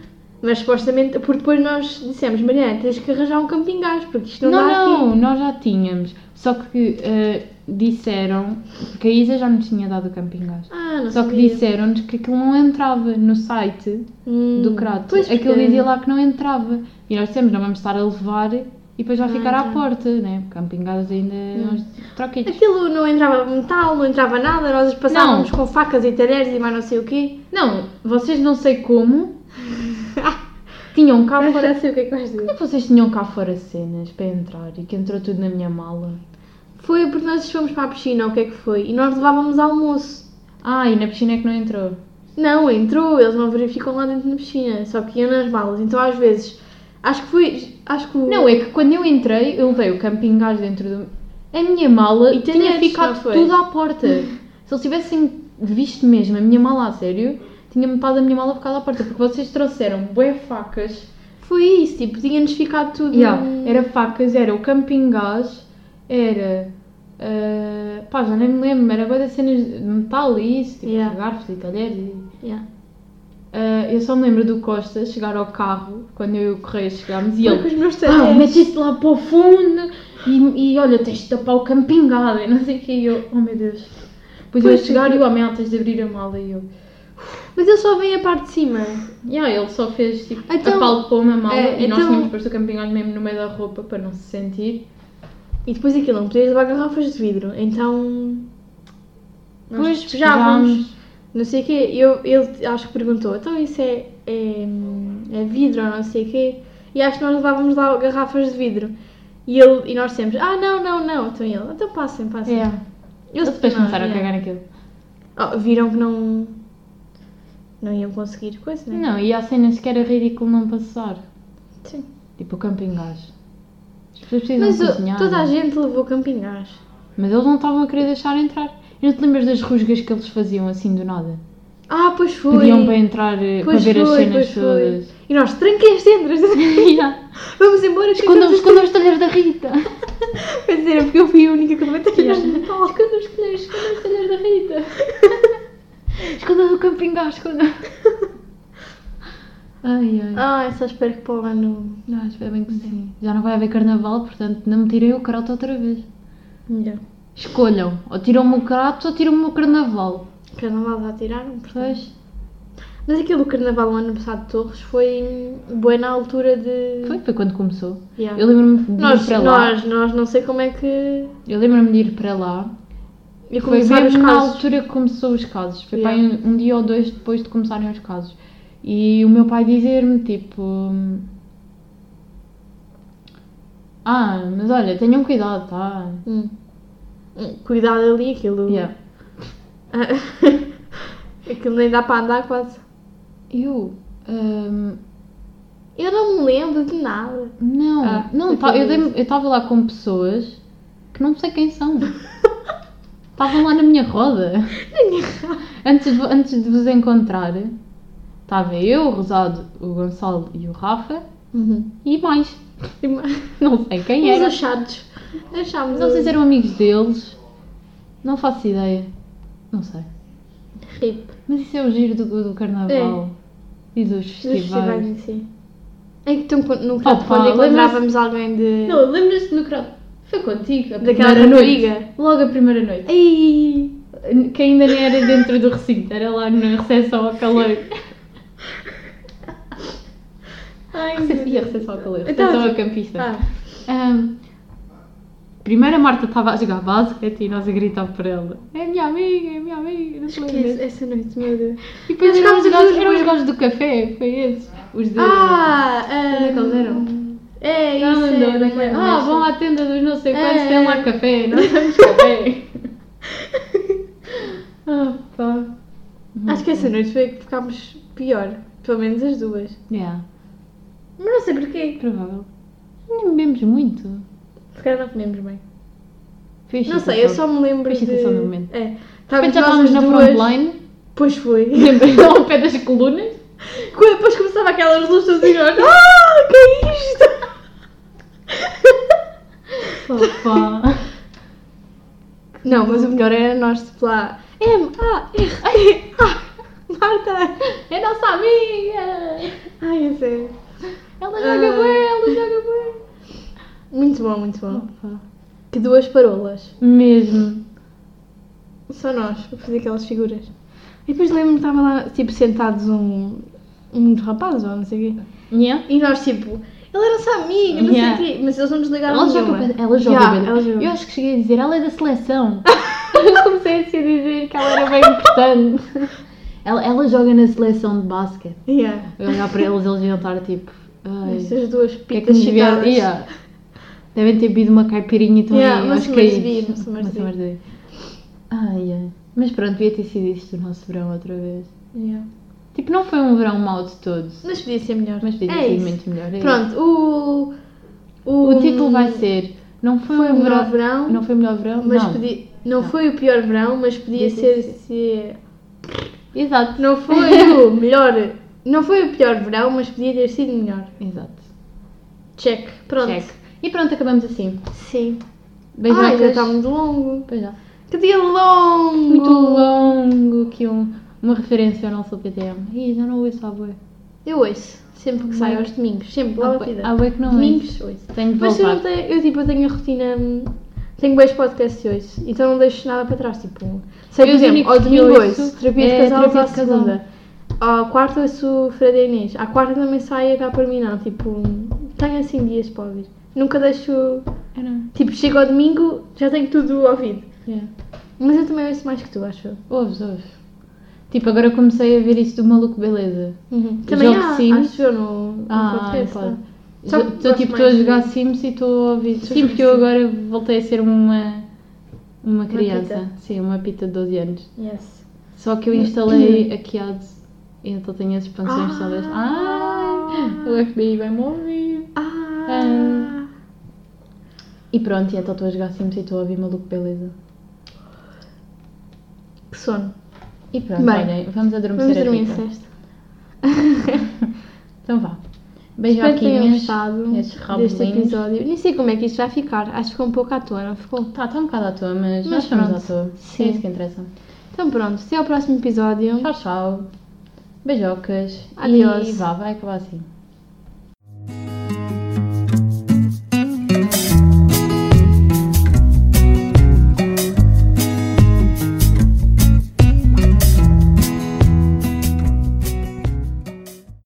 [SPEAKER 2] Mas supostamente, porque depois nós dissemos, Mariana, tens que arranjar um camping gás, porque isto
[SPEAKER 1] Não,
[SPEAKER 2] não, dá
[SPEAKER 1] não,
[SPEAKER 2] aqui.
[SPEAKER 1] nós já tínhamos. Só que eh, disseram, porque a Isa já nos tinha dado o camping gás.
[SPEAKER 2] Ah, não
[SPEAKER 1] Só que
[SPEAKER 2] sabia.
[SPEAKER 1] disseram-nos que aquilo não entrava no site
[SPEAKER 2] Hum,
[SPEAKER 1] do Crato.
[SPEAKER 2] Pois, porque-
[SPEAKER 1] Aquilo dizia lá que não entrava. E nós dissemos, não vamos estar a levar e depois vai
[SPEAKER 2] Ah,
[SPEAKER 1] ficar à
[SPEAKER 2] tá.
[SPEAKER 1] porta, né? Porque campingadas ainda é uns troquitos.
[SPEAKER 2] Aquilo não entrava metal, não entrava nada, nós passávamos
[SPEAKER 1] Não.
[SPEAKER 2] com facas e talheres e mais não sei o quê.
[SPEAKER 1] Não, vocês não sei como tinham cá fora.
[SPEAKER 2] sei o que é que vais dizer.
[SPEAKER 1] Vocês tinham cá fora cenas para entrar e que entrou tudo na minha mala.
[SPEAKER 2] Foi porque nós fomos para a piscina, o que é que foi? E nós levávamos almoço.
[SPEAKER 3] Ah, e na piscina é que não entrou.
[SPEAKER 2] Não, entrou, eles não verificam lá dentro na piscina, só que iam nas malas. Então às vezes, acho que foi. Acho que. o-
[SPEAKER 3] Não, é que quando eu entrei, eu levei o camping gás dentro do. A minha mala
[SPEAKER 2] E
[SPEAKER 3] tinha
[SPEAKER 2] tenentes,
[SPEAKER 3] ficado
[SPEAKER 2] não foi?
[SPEAKER 3] tudo à porta. Se eles tivessem visto mesmo a minha mala a sério, tinha metade da minha mala ficado à porta, porque vocês trouxeram bué facas.
[SPEAKER 2] Foi isso, tipo, tinha-nos ficado tudo.
[SPEAKER 3] Yeah, Era facas, era o camping gás, era. ah, pá, já nem me lembro, era bué das cenas de metal e isso, tipo
[SPEAKER 2] Yeah.
[SPEAKER 3] garfos e talheres e.
[SPEAKER 2] Yeah.
[SPEAKER 3] Ah, eu só me lembro do Costa chegar ao carro, quando eu e o Correia chegámos, e
[SPEAKER 2] Foi
[SPEAKER 3] ele
[SPEAKER 2] com os meus
[SPEAKER 3] ah,
[SPEAKER 2] talheres.
[SPEAKER 3] mete isso lá para o fundo e, e olha, tens de tapar o campingado e não sei o que. E eu, oh meu Deus. Depois eu a
[SPEAKER 2] Pois,
[SPEAKER 3] chegar e o homem, ah, tens de abrir a mala e eu.
[SPEAKER 2] Mas eles só veem a parte de cima.
[SPEAKER 3] Yeah, ele só fez tipo,
[SPEAKER 2] Então,
[SPEAKER 3] apalpou-me a mala
[SPEAKER 2] é,
[SPEAKER 3] e nós
[SPEAKER 2] então-
[SPEAKER 3] tínhamos posto o campingado mesmo no meio da roupa para não se sentir.
[SPEAKER 2] E depois aquilo, não podias levar garrafas de vidro, então. Nós
[SPEAKER 3] Pois,
[SPEAKER 2] despejámos.
[SPEAKER 3] despejámos.
[SPEAKER 2] Não sei o quê. Eu, ele acho que perguntou, então isso é, é, é vidro ou não sei o quê. E acho que nós levávamos lá garrafas de vidro. E, ele, e nós sempre, ah não, não, não. Então ele, então passem, passem.
[SPEAKER 3] Yeah.
[SPEAKER 2] Eles
[SPEAKER 3] Eles depois
[SPEAKER 2] não,
[SPEAKER 3] começaram a cagar
[SPEAKER 2] yeah.
[SPEAKER 3] naquilo.
[SPEAKER 2] Oh, viram que não. Não iam conseguir coisa, né?
[SPEAKER 3] Não, e há cenas que era ridículo não passar.
[SPEAKER 2] Sim.
[SPEAKER 3] Tipo o camping gás. As pessoas precisam
[SPEAKER 2] Mas o-
[SPEAKER 3] cozinhar. é?
[SPEAKER 2] toda a gente levou camping gás.
[SPEAKER 3] Mas eles não estavam a querer deixar entrar. E não te lembras das rusgas que eles faziam assim do nada?
[SPEAKER 2] Ah, pois foi.
[SPEAKER 3] Pediam para entrar, eh, para
[SPEAKER 2] Pois
[SPEAKER 3] ver as
[SPEAKER 2] foi,
[SPEAKER 3] cenas
[SPEAKER 2] pois foi.
[SPEAKER 3] todas.
[SPEAKER 2] E nós, tranquei as tendas.
[SPEAKER 3] yeah.
[SPEAKER 2] Vamos embora,
[SPEAKER 3] Escondam,
[SPEAKER 2] escondemos as
[SPEAKER 3] escondam os talheres da Rita.
[SPEAKER 2] Quer dizer, é porque eu fui a única que levantei
[SPEAKER 3] Yeah.
[SPEAKER 2] yeah.
[SPEAKER 3] Escondam os talheres, escondam os talheres da Rita. Escondam o camping
[SPEAKER 2] ah,
[SPEAKER 3] gás, escondam. Ai, ai.
[SPEAKER 2] Ah, eu só espero que para o ano.
[SPEAKER 1] Não, espero bem que sim. Já não vai haver carnaval, portanto não me tirem o crato outra vez. Escolham, ou tiram-me o crato ou tiram-me o carnaval.
[SPEAKER 2] Carnaval já tiraram, portanto.
[SPEAKER 1] Pois,
[SPEAKER 2] Mas aquilo do carnaval no ano passado de Torres foi boa na altura de.
[SPEAKER 1] foi, foi quando começou.
[SPEAKER 2] Yeah.
[SPEAKER 1] Eu lembro-me de ir
[SPEAKER 2] Nós,
[SPEAKER 1] para lá.
[SPEAKER 2] nós, nós não sei como é que.
[SPEAKER 1] Eu lembro-me de ir para lá.
[SPEAKER 2] E
[SPEAKER 1] Foi
[SPEAKER 2] começaram os
[SPEAKER 1] mesmo na
[SPEAKER 2] casos.
[SPEAKER 1] altura que começou os casos. Foi
[SPEAKER 2] Yeah.
[SPEAKER 1] para aí um, um dia ou dois depois de começarem os casos. E o meu pai dizer-me, tipo... hum, Ah, mas olha, tenham cuidado, tá?
[SPEAKER 2] Hum. Hum, Cuidado ali, aquilo.
[SPEAKER 1] Yeah.
[SPEAKER 2] aquilo nem dá para andar quase.
[SPEAKER 1] Eu... hum,
[SPEAKER 2] Eu não me lembro de nada.
[SPEAKER 1] não,
[SPEAKER 2] Ah,
[SPEAKER 1] não,
[SPEAKER 2] foi
[SPEAKER 1] tá- eu
[SPEAKER 2] por isso.
[SPEAKER 1] lembro- eu estava lá com pessoas que não sei quem são. Estavam lá na minha roda. antes, de, antes de vos encontrar, estava eu, o Rosado, o Gonçalo e o Rafa.
[SPEAKER 2] Uhum.
[SPEAKER 1] E mais,
[SPEAKER 2] E mais-
[SPEAKER 1] não sei quem
[SPEAKER 2] Uns
[SPEAKER 1] era.
[SPEAKER 2] achados. Achámos.
[SPEAKER 1] Não sei
[SPEAKER 2] ali.
[SPEAKER 1] se eram amigos deles. Não faço ideia. Não sei.
[SPEAKER 2] Rip.
[SPEAKER 1] Mas isso é o giro do, do carnaval. E dos
[SPEAKER 2] Dos festivais
[SPEAKER 1] festivais.
[SPEAKER 2] em si. É que então, quando- no caso,
[SPEAKER 1] Opa,
[SPEAKER 2] quando
[SPEAKER 1] lembra-se-
[SPEAKER 2] encontrávamos alguém de.
[SPEAKER 3] Não, lembras-te no crowd? Foi contigo, a
[SPEAKER 2] daquela
[SPEAKER 3] primeira noite.
[SPEAKER 2] rapariga.
[SPEAKER 3] Logo a primeira noite.
[SPEAKER 2] Ai!
[SPEAKER 3] Que ainda nem era dentro do recinto, era lá na recepção ao calor.
[SPEAKER 2] Ai,
[SPEAKER 3] E a recepção ao calor,
[SPEAKER 2] Então,
[SPEAKER 3] recepção ao campista.
[SPEAKER 2] Ah,
[SPEAKER 1] Ahm, primeiro a Marta estava a jogar basquete e nós a gritar por ela. É minha amiga, é minha amiga. Não sei o
[SPEAKER 2] esquece
[SPEAKER 1] quê.
[SPEAKER 2] essa noite, meu Deus.
[SPEAKER 1] E depois
[SPEAKER 2] Nós
[SPEAKER 1] eram os
[SPEAKER 2] ficámos
[SPEAKER 1] gajos-
[SPEAKER 2] duas
[SPEAKER 1] eram os
[SPEAKER 2] boas.
[SPEAKER 1] gajos do café, foi esses. Os de...
[SPEAKER 2] Ah!
[SPEAKER 1] Onde é que eles eram?
[SPEAKER 2] É,
[SPEAKER 1] Não,
[SPEAKER 2] isso.
[SPEAKER 1] não, não,
[SPEAKER 2] é,
[SPEAKER 1] não,
[SPEAKER 2] não,
[SPEAKER 1] Ah,
[SPEAKER 2] não,
[SPEAKER 1] vão à tenda dos não sei quantos,
[SPEAKER 2] É.
[SPEAKER 1] tem lá café, nós temos café. ah, pá.
[SPEAKER 2] Acho que essa noite foi a que ficámos pior. Pelo menos as duas.
[SPEAKER 1] Yeah,
[SPEAKER 2] Mas não sei porquê.
[SPEAKER 1] provável. Nem bebemos muito.
[SPEAKER 2] Se calhar não comemos bem.
[SPEAKER 1] Foi
[SPEAKER 2] Não sei, eu
[SPEAKER 1] excitação.
[SPEAKER 2] só me lembro.
[SPEAKER 1] Foi
[SPEAKER 2] de...
[SPEAKER 1] excitação no momento.
[SPEAKER 2] É.
[SPEAKER 1] De repente
[SPEAKER 2] Estávamos
[SPEAKER 1] tipo já
[SPEAKER 2] nós
[SPEAKER 1] estávamos
[SPEAKER 2] as
[SPEAKER 1] na
[SPEAKER 2] duas.
[SPEAKER 1] frontline,
[SPEAKER 2] Pois foi.
[SPEAKER 1] lembrei ao pé das colunas.
[SPEAKER 2] Quando depois começava aquelas luzes todas e nós, ah, que é isto?
[SPEAKER 1] Opa.
[SPEAKER 2] Não, mas o melhor era nós tipo lá, M, A, R, A, Marta.
[SPEAKER 1] É nossa amiga!
[SPEAKER 2] Ai, eu sei.
[SPEAKER 1] Ela joga
[SPEAKER 2] Ah.
[SPEAKER 1] bem, ela joga bem.
[SPEAKER 2] Muito bom, muito bom.
[SPEAKER 1] Opa.
[SPEAKER 2] Que duas parolas.
[SPEAKER 1] Mesmo.
[SPEAKER 2] Só nós, para fazer aquelas figuras. E depois lembro-me que estava lá, tipo, sentados um, um rapaz ou não sei o quê.
[SPEAKER 1] Yeah.
[SPEAKER 2] E nós, tipo, ele era só amiga, não
[SPEAKER 1] Yeah.
[SPEAKER 2] sei o quê. Mas eles não nos ligaram
[SPEAKER 1] Ela
[SPEAKER 2] nenhuma.
[SPEAKER 1] joga bem. Ela joga
[SPEAKER 2] Yeah,
[SPEAKER 1] bem.
[SPEAKER 2] ela joga bem.
[SPEAKER 1] Eu acho que cheguei a dizer, ela é da seleção. Eu comecei assim a dizer que ela era bem importante. Ela, ela joga na seleção de basquete.
[SPEAKER 2] Yeah.
[SPEAKER 1] Eu olhar para eles, eles iam estar tipo. Ai,
[SPEAKER 2] Estas duas
[SPEAKER 1] o que é que
[SPEAKER 2] pitas
[SPEAKER 1] nos vieram?
[SPEAKER 2] citadas.
[SPEAKER 1] Yeah. Devem ter bebido uma caipirinha e estão
[SPEAKER 2] Yeah,
[SPEAKER 1] aí
[SPEAKER 2] uma
[SPEAKER 1] aos
[SPEAKER 2] Summer's
[SPEAKER 1] caídos.
[SPEAKER 2] Bee, uma Summer's
[SPEAKER 1] Uma
[SPEAKER 2] Bee.
[SPEAKER 1] Summer's Bee. Ah, yeah. Mas pronto, devia ter sido isto o nosso verão outra vez.
[SPEAKER 2] Yeah.
[SPEAKER 1] Tipo, não foi um verão mau de todos.
[SPEAKER 2] Mas podia ser melhor.
[SPEAKER 1] Mas podia
[SPEAKER 2] é
[SPEAKER 1] ter sido
[SPEAKER 2] isso.
[SPEAKER 1] muito melhor. é
[SPEAKER 2] Pronto, o.
[SPEAKER 1] isso. O título vai ser Não foi,
[SPEAKER 2] Foi o
[SPEAKER 1] um verão,
[SPEAKER 2] melhor verão,
[SPEAKER 1] Não foi o melhor verão?
[SPEAKER 2] mas
[SPEAKER 1] não.
[SPEAKER 2] podia. Não, foi o pior verão, mas podia
[SPEAKER 1] Podia
[SPEAKER 2] ser.
[SPEAKER 1] ter
[SPEAKER 2] se- é.
[SPEAKER 1] Exato.
[SPEAKER 2] Não foi o melhor. Não foi o pior verão, mas podia ter sido melhor.
[SPEAKER 1] Exato.
[SPEAKER 2] Check. Pronto.
[SPEAKER 1] Check. E pronto, acabamos assim.
[SPEAKER 2] Sim.
[SPEAKER 1] Beijocas.
[SPEAKER 2] Ai, já está muito longo.
[SPEAKER 1] Beijão.
[SPEAKER 2] Que dia longo!
[SPEAKER 1] Muito longo que um, uma referência ao nosso PTM. Ih, já não ouço a boa.
[SPEAKER 2] Eu ouço. Sempre que saio aos domingos. Sempre, lá batida.
[SPEAKER 1] A boa que não ouço.
[SPEAKER 2] Domingos, ouço.
[SPEAKER 1] Tenho de
[SPEAKER 2] Mas eu não
[SPEAKER 1] voltar.
[SPEAKER 2] tenho, eu, tipo, eu tenho a rotina. hum, Tenho dois podcasts hoje, então não deixo nada para trás. Tipo, sei, por
[SPEAKER 1] Eu os
[SPEAKER 2] exemplo,
[SPEAKER 1] únicos
[SPEAKER 2] ao
[SPEAKER 1] que
[SPEAKER 2] domingo
[SPEAKER 1] ouço
[SPEAKER 2] ouço, terapia
[SPEAKER 1] é
[SPEAKER 2] de casal
[SPEAKER 1] terapia
[SPEAKER 2] para a
[SPEAKER 1] de casal.
[SPEAKER 2] segunda. À quarta ouço o Freire Inês. À quarta também sai a cá por mim, não. Tipo, hum, tenho assim dias para ouvir. Nunca deixo.
[SPEAKER 1] Ah, não.
[SPEAKER 2] Tipo, chego ao domingo, já tenho tudo ouvido.
[SPEAKER 1] Yeah.
[SPEAKER 2] Mas eu também ouço mais que tu, acho eu.
[SPEAKER 1] É. Ouves, ouves. Tipo, agora comecei a ver isso do Maluco Beleza.
[SPEAKER 2] Também
[SPEAKER 1] Jogo
[SPEAKER 2] há,
[SPEAKER 1] Uhum. Sims.
[SPEAKER 2] acho eu, no, no
[SPEAKER 1] Ah,
[SPEAKER 2] podcast.
[SPEAKER 1] pode.
[SPEAKER 2] há. Só que
[SPEAKER 1] Estou
[SPEAKER 2] gosto
[SPEAKER 1] tipo,
[SPEAKER 2] mais
[SPEAKER 1] estou a
[SPEAKER 2] de-
[SPEAKER 1] jogar Sims e estou a ouvir.
[SPEAKER 2] Só
[SPEAKER 1] Sim, porque eu
[SPEAKER 2] Sims.
[SPEAKER 1] agora voltei a ser uma, uma criança.
[SPEAKER 2] pita.
[SPEAKER 1] Sim, uma pita de 12 anos.
[SPEAKER 2] Yes.
[SPEAKER 1] Só que eu
[SPEAKER 2] Uhum.
[SPEAKER 1] instalei a Kiads e então tenho as expansões
[SPEAKER 2] Ah.
[SPEAKER 1] instaladas. Ah, o FBI vai morrer.
[SPEAKER 2] Ah!
[SPEAKER 1] E pronto, e então estou a jogar Sims e estou a ouvir Maluco Beleza.
[SPEAKER 2] Que sono.
[SPEAKER 1] E pronto,
[SPEAKER 2] Bem,
[SPEAKER 1] olhem, vamos assim, adormecer
[SPEAKER 2] Vamos
[SPEAKER 1] a
[SPEAKER 2] dormir a
[SPEAKER 1] Rita.
[SPEAKER 2] sexta.
[SPEAKER 1] Então vá.
[SPEAKER 2] Espero que tenham
[SPEAKER 1] Beijoquinhas.
[SPEAKER 2] gostado
[SPEAKER 1] estes rabolinhos.
[SPEAKER 2] deste episódio. Nem sei como é que isto vai ficar. Acho que ficou um pouco à toa, não ficou?
[SPEAKER 1] Tá, está um bocado à toa, mas,
[SPEAKER 2] Mas
[SPEAKER 1] nós estamos à
[SPEAKER 2] pronto.
[SPEAKER 1] toa.
[SPEAKER 2] Sim.
[SPEAKER 1] É isso que interessa.
[SPEAKER 2] Então pronto, até ao próximo episódio.
[SPEAKER 1] Tchau, tchau. Beijocas.
[SPEAKER 2] Adiós.
[SPEAKER 1] E vá, vai acabar assim.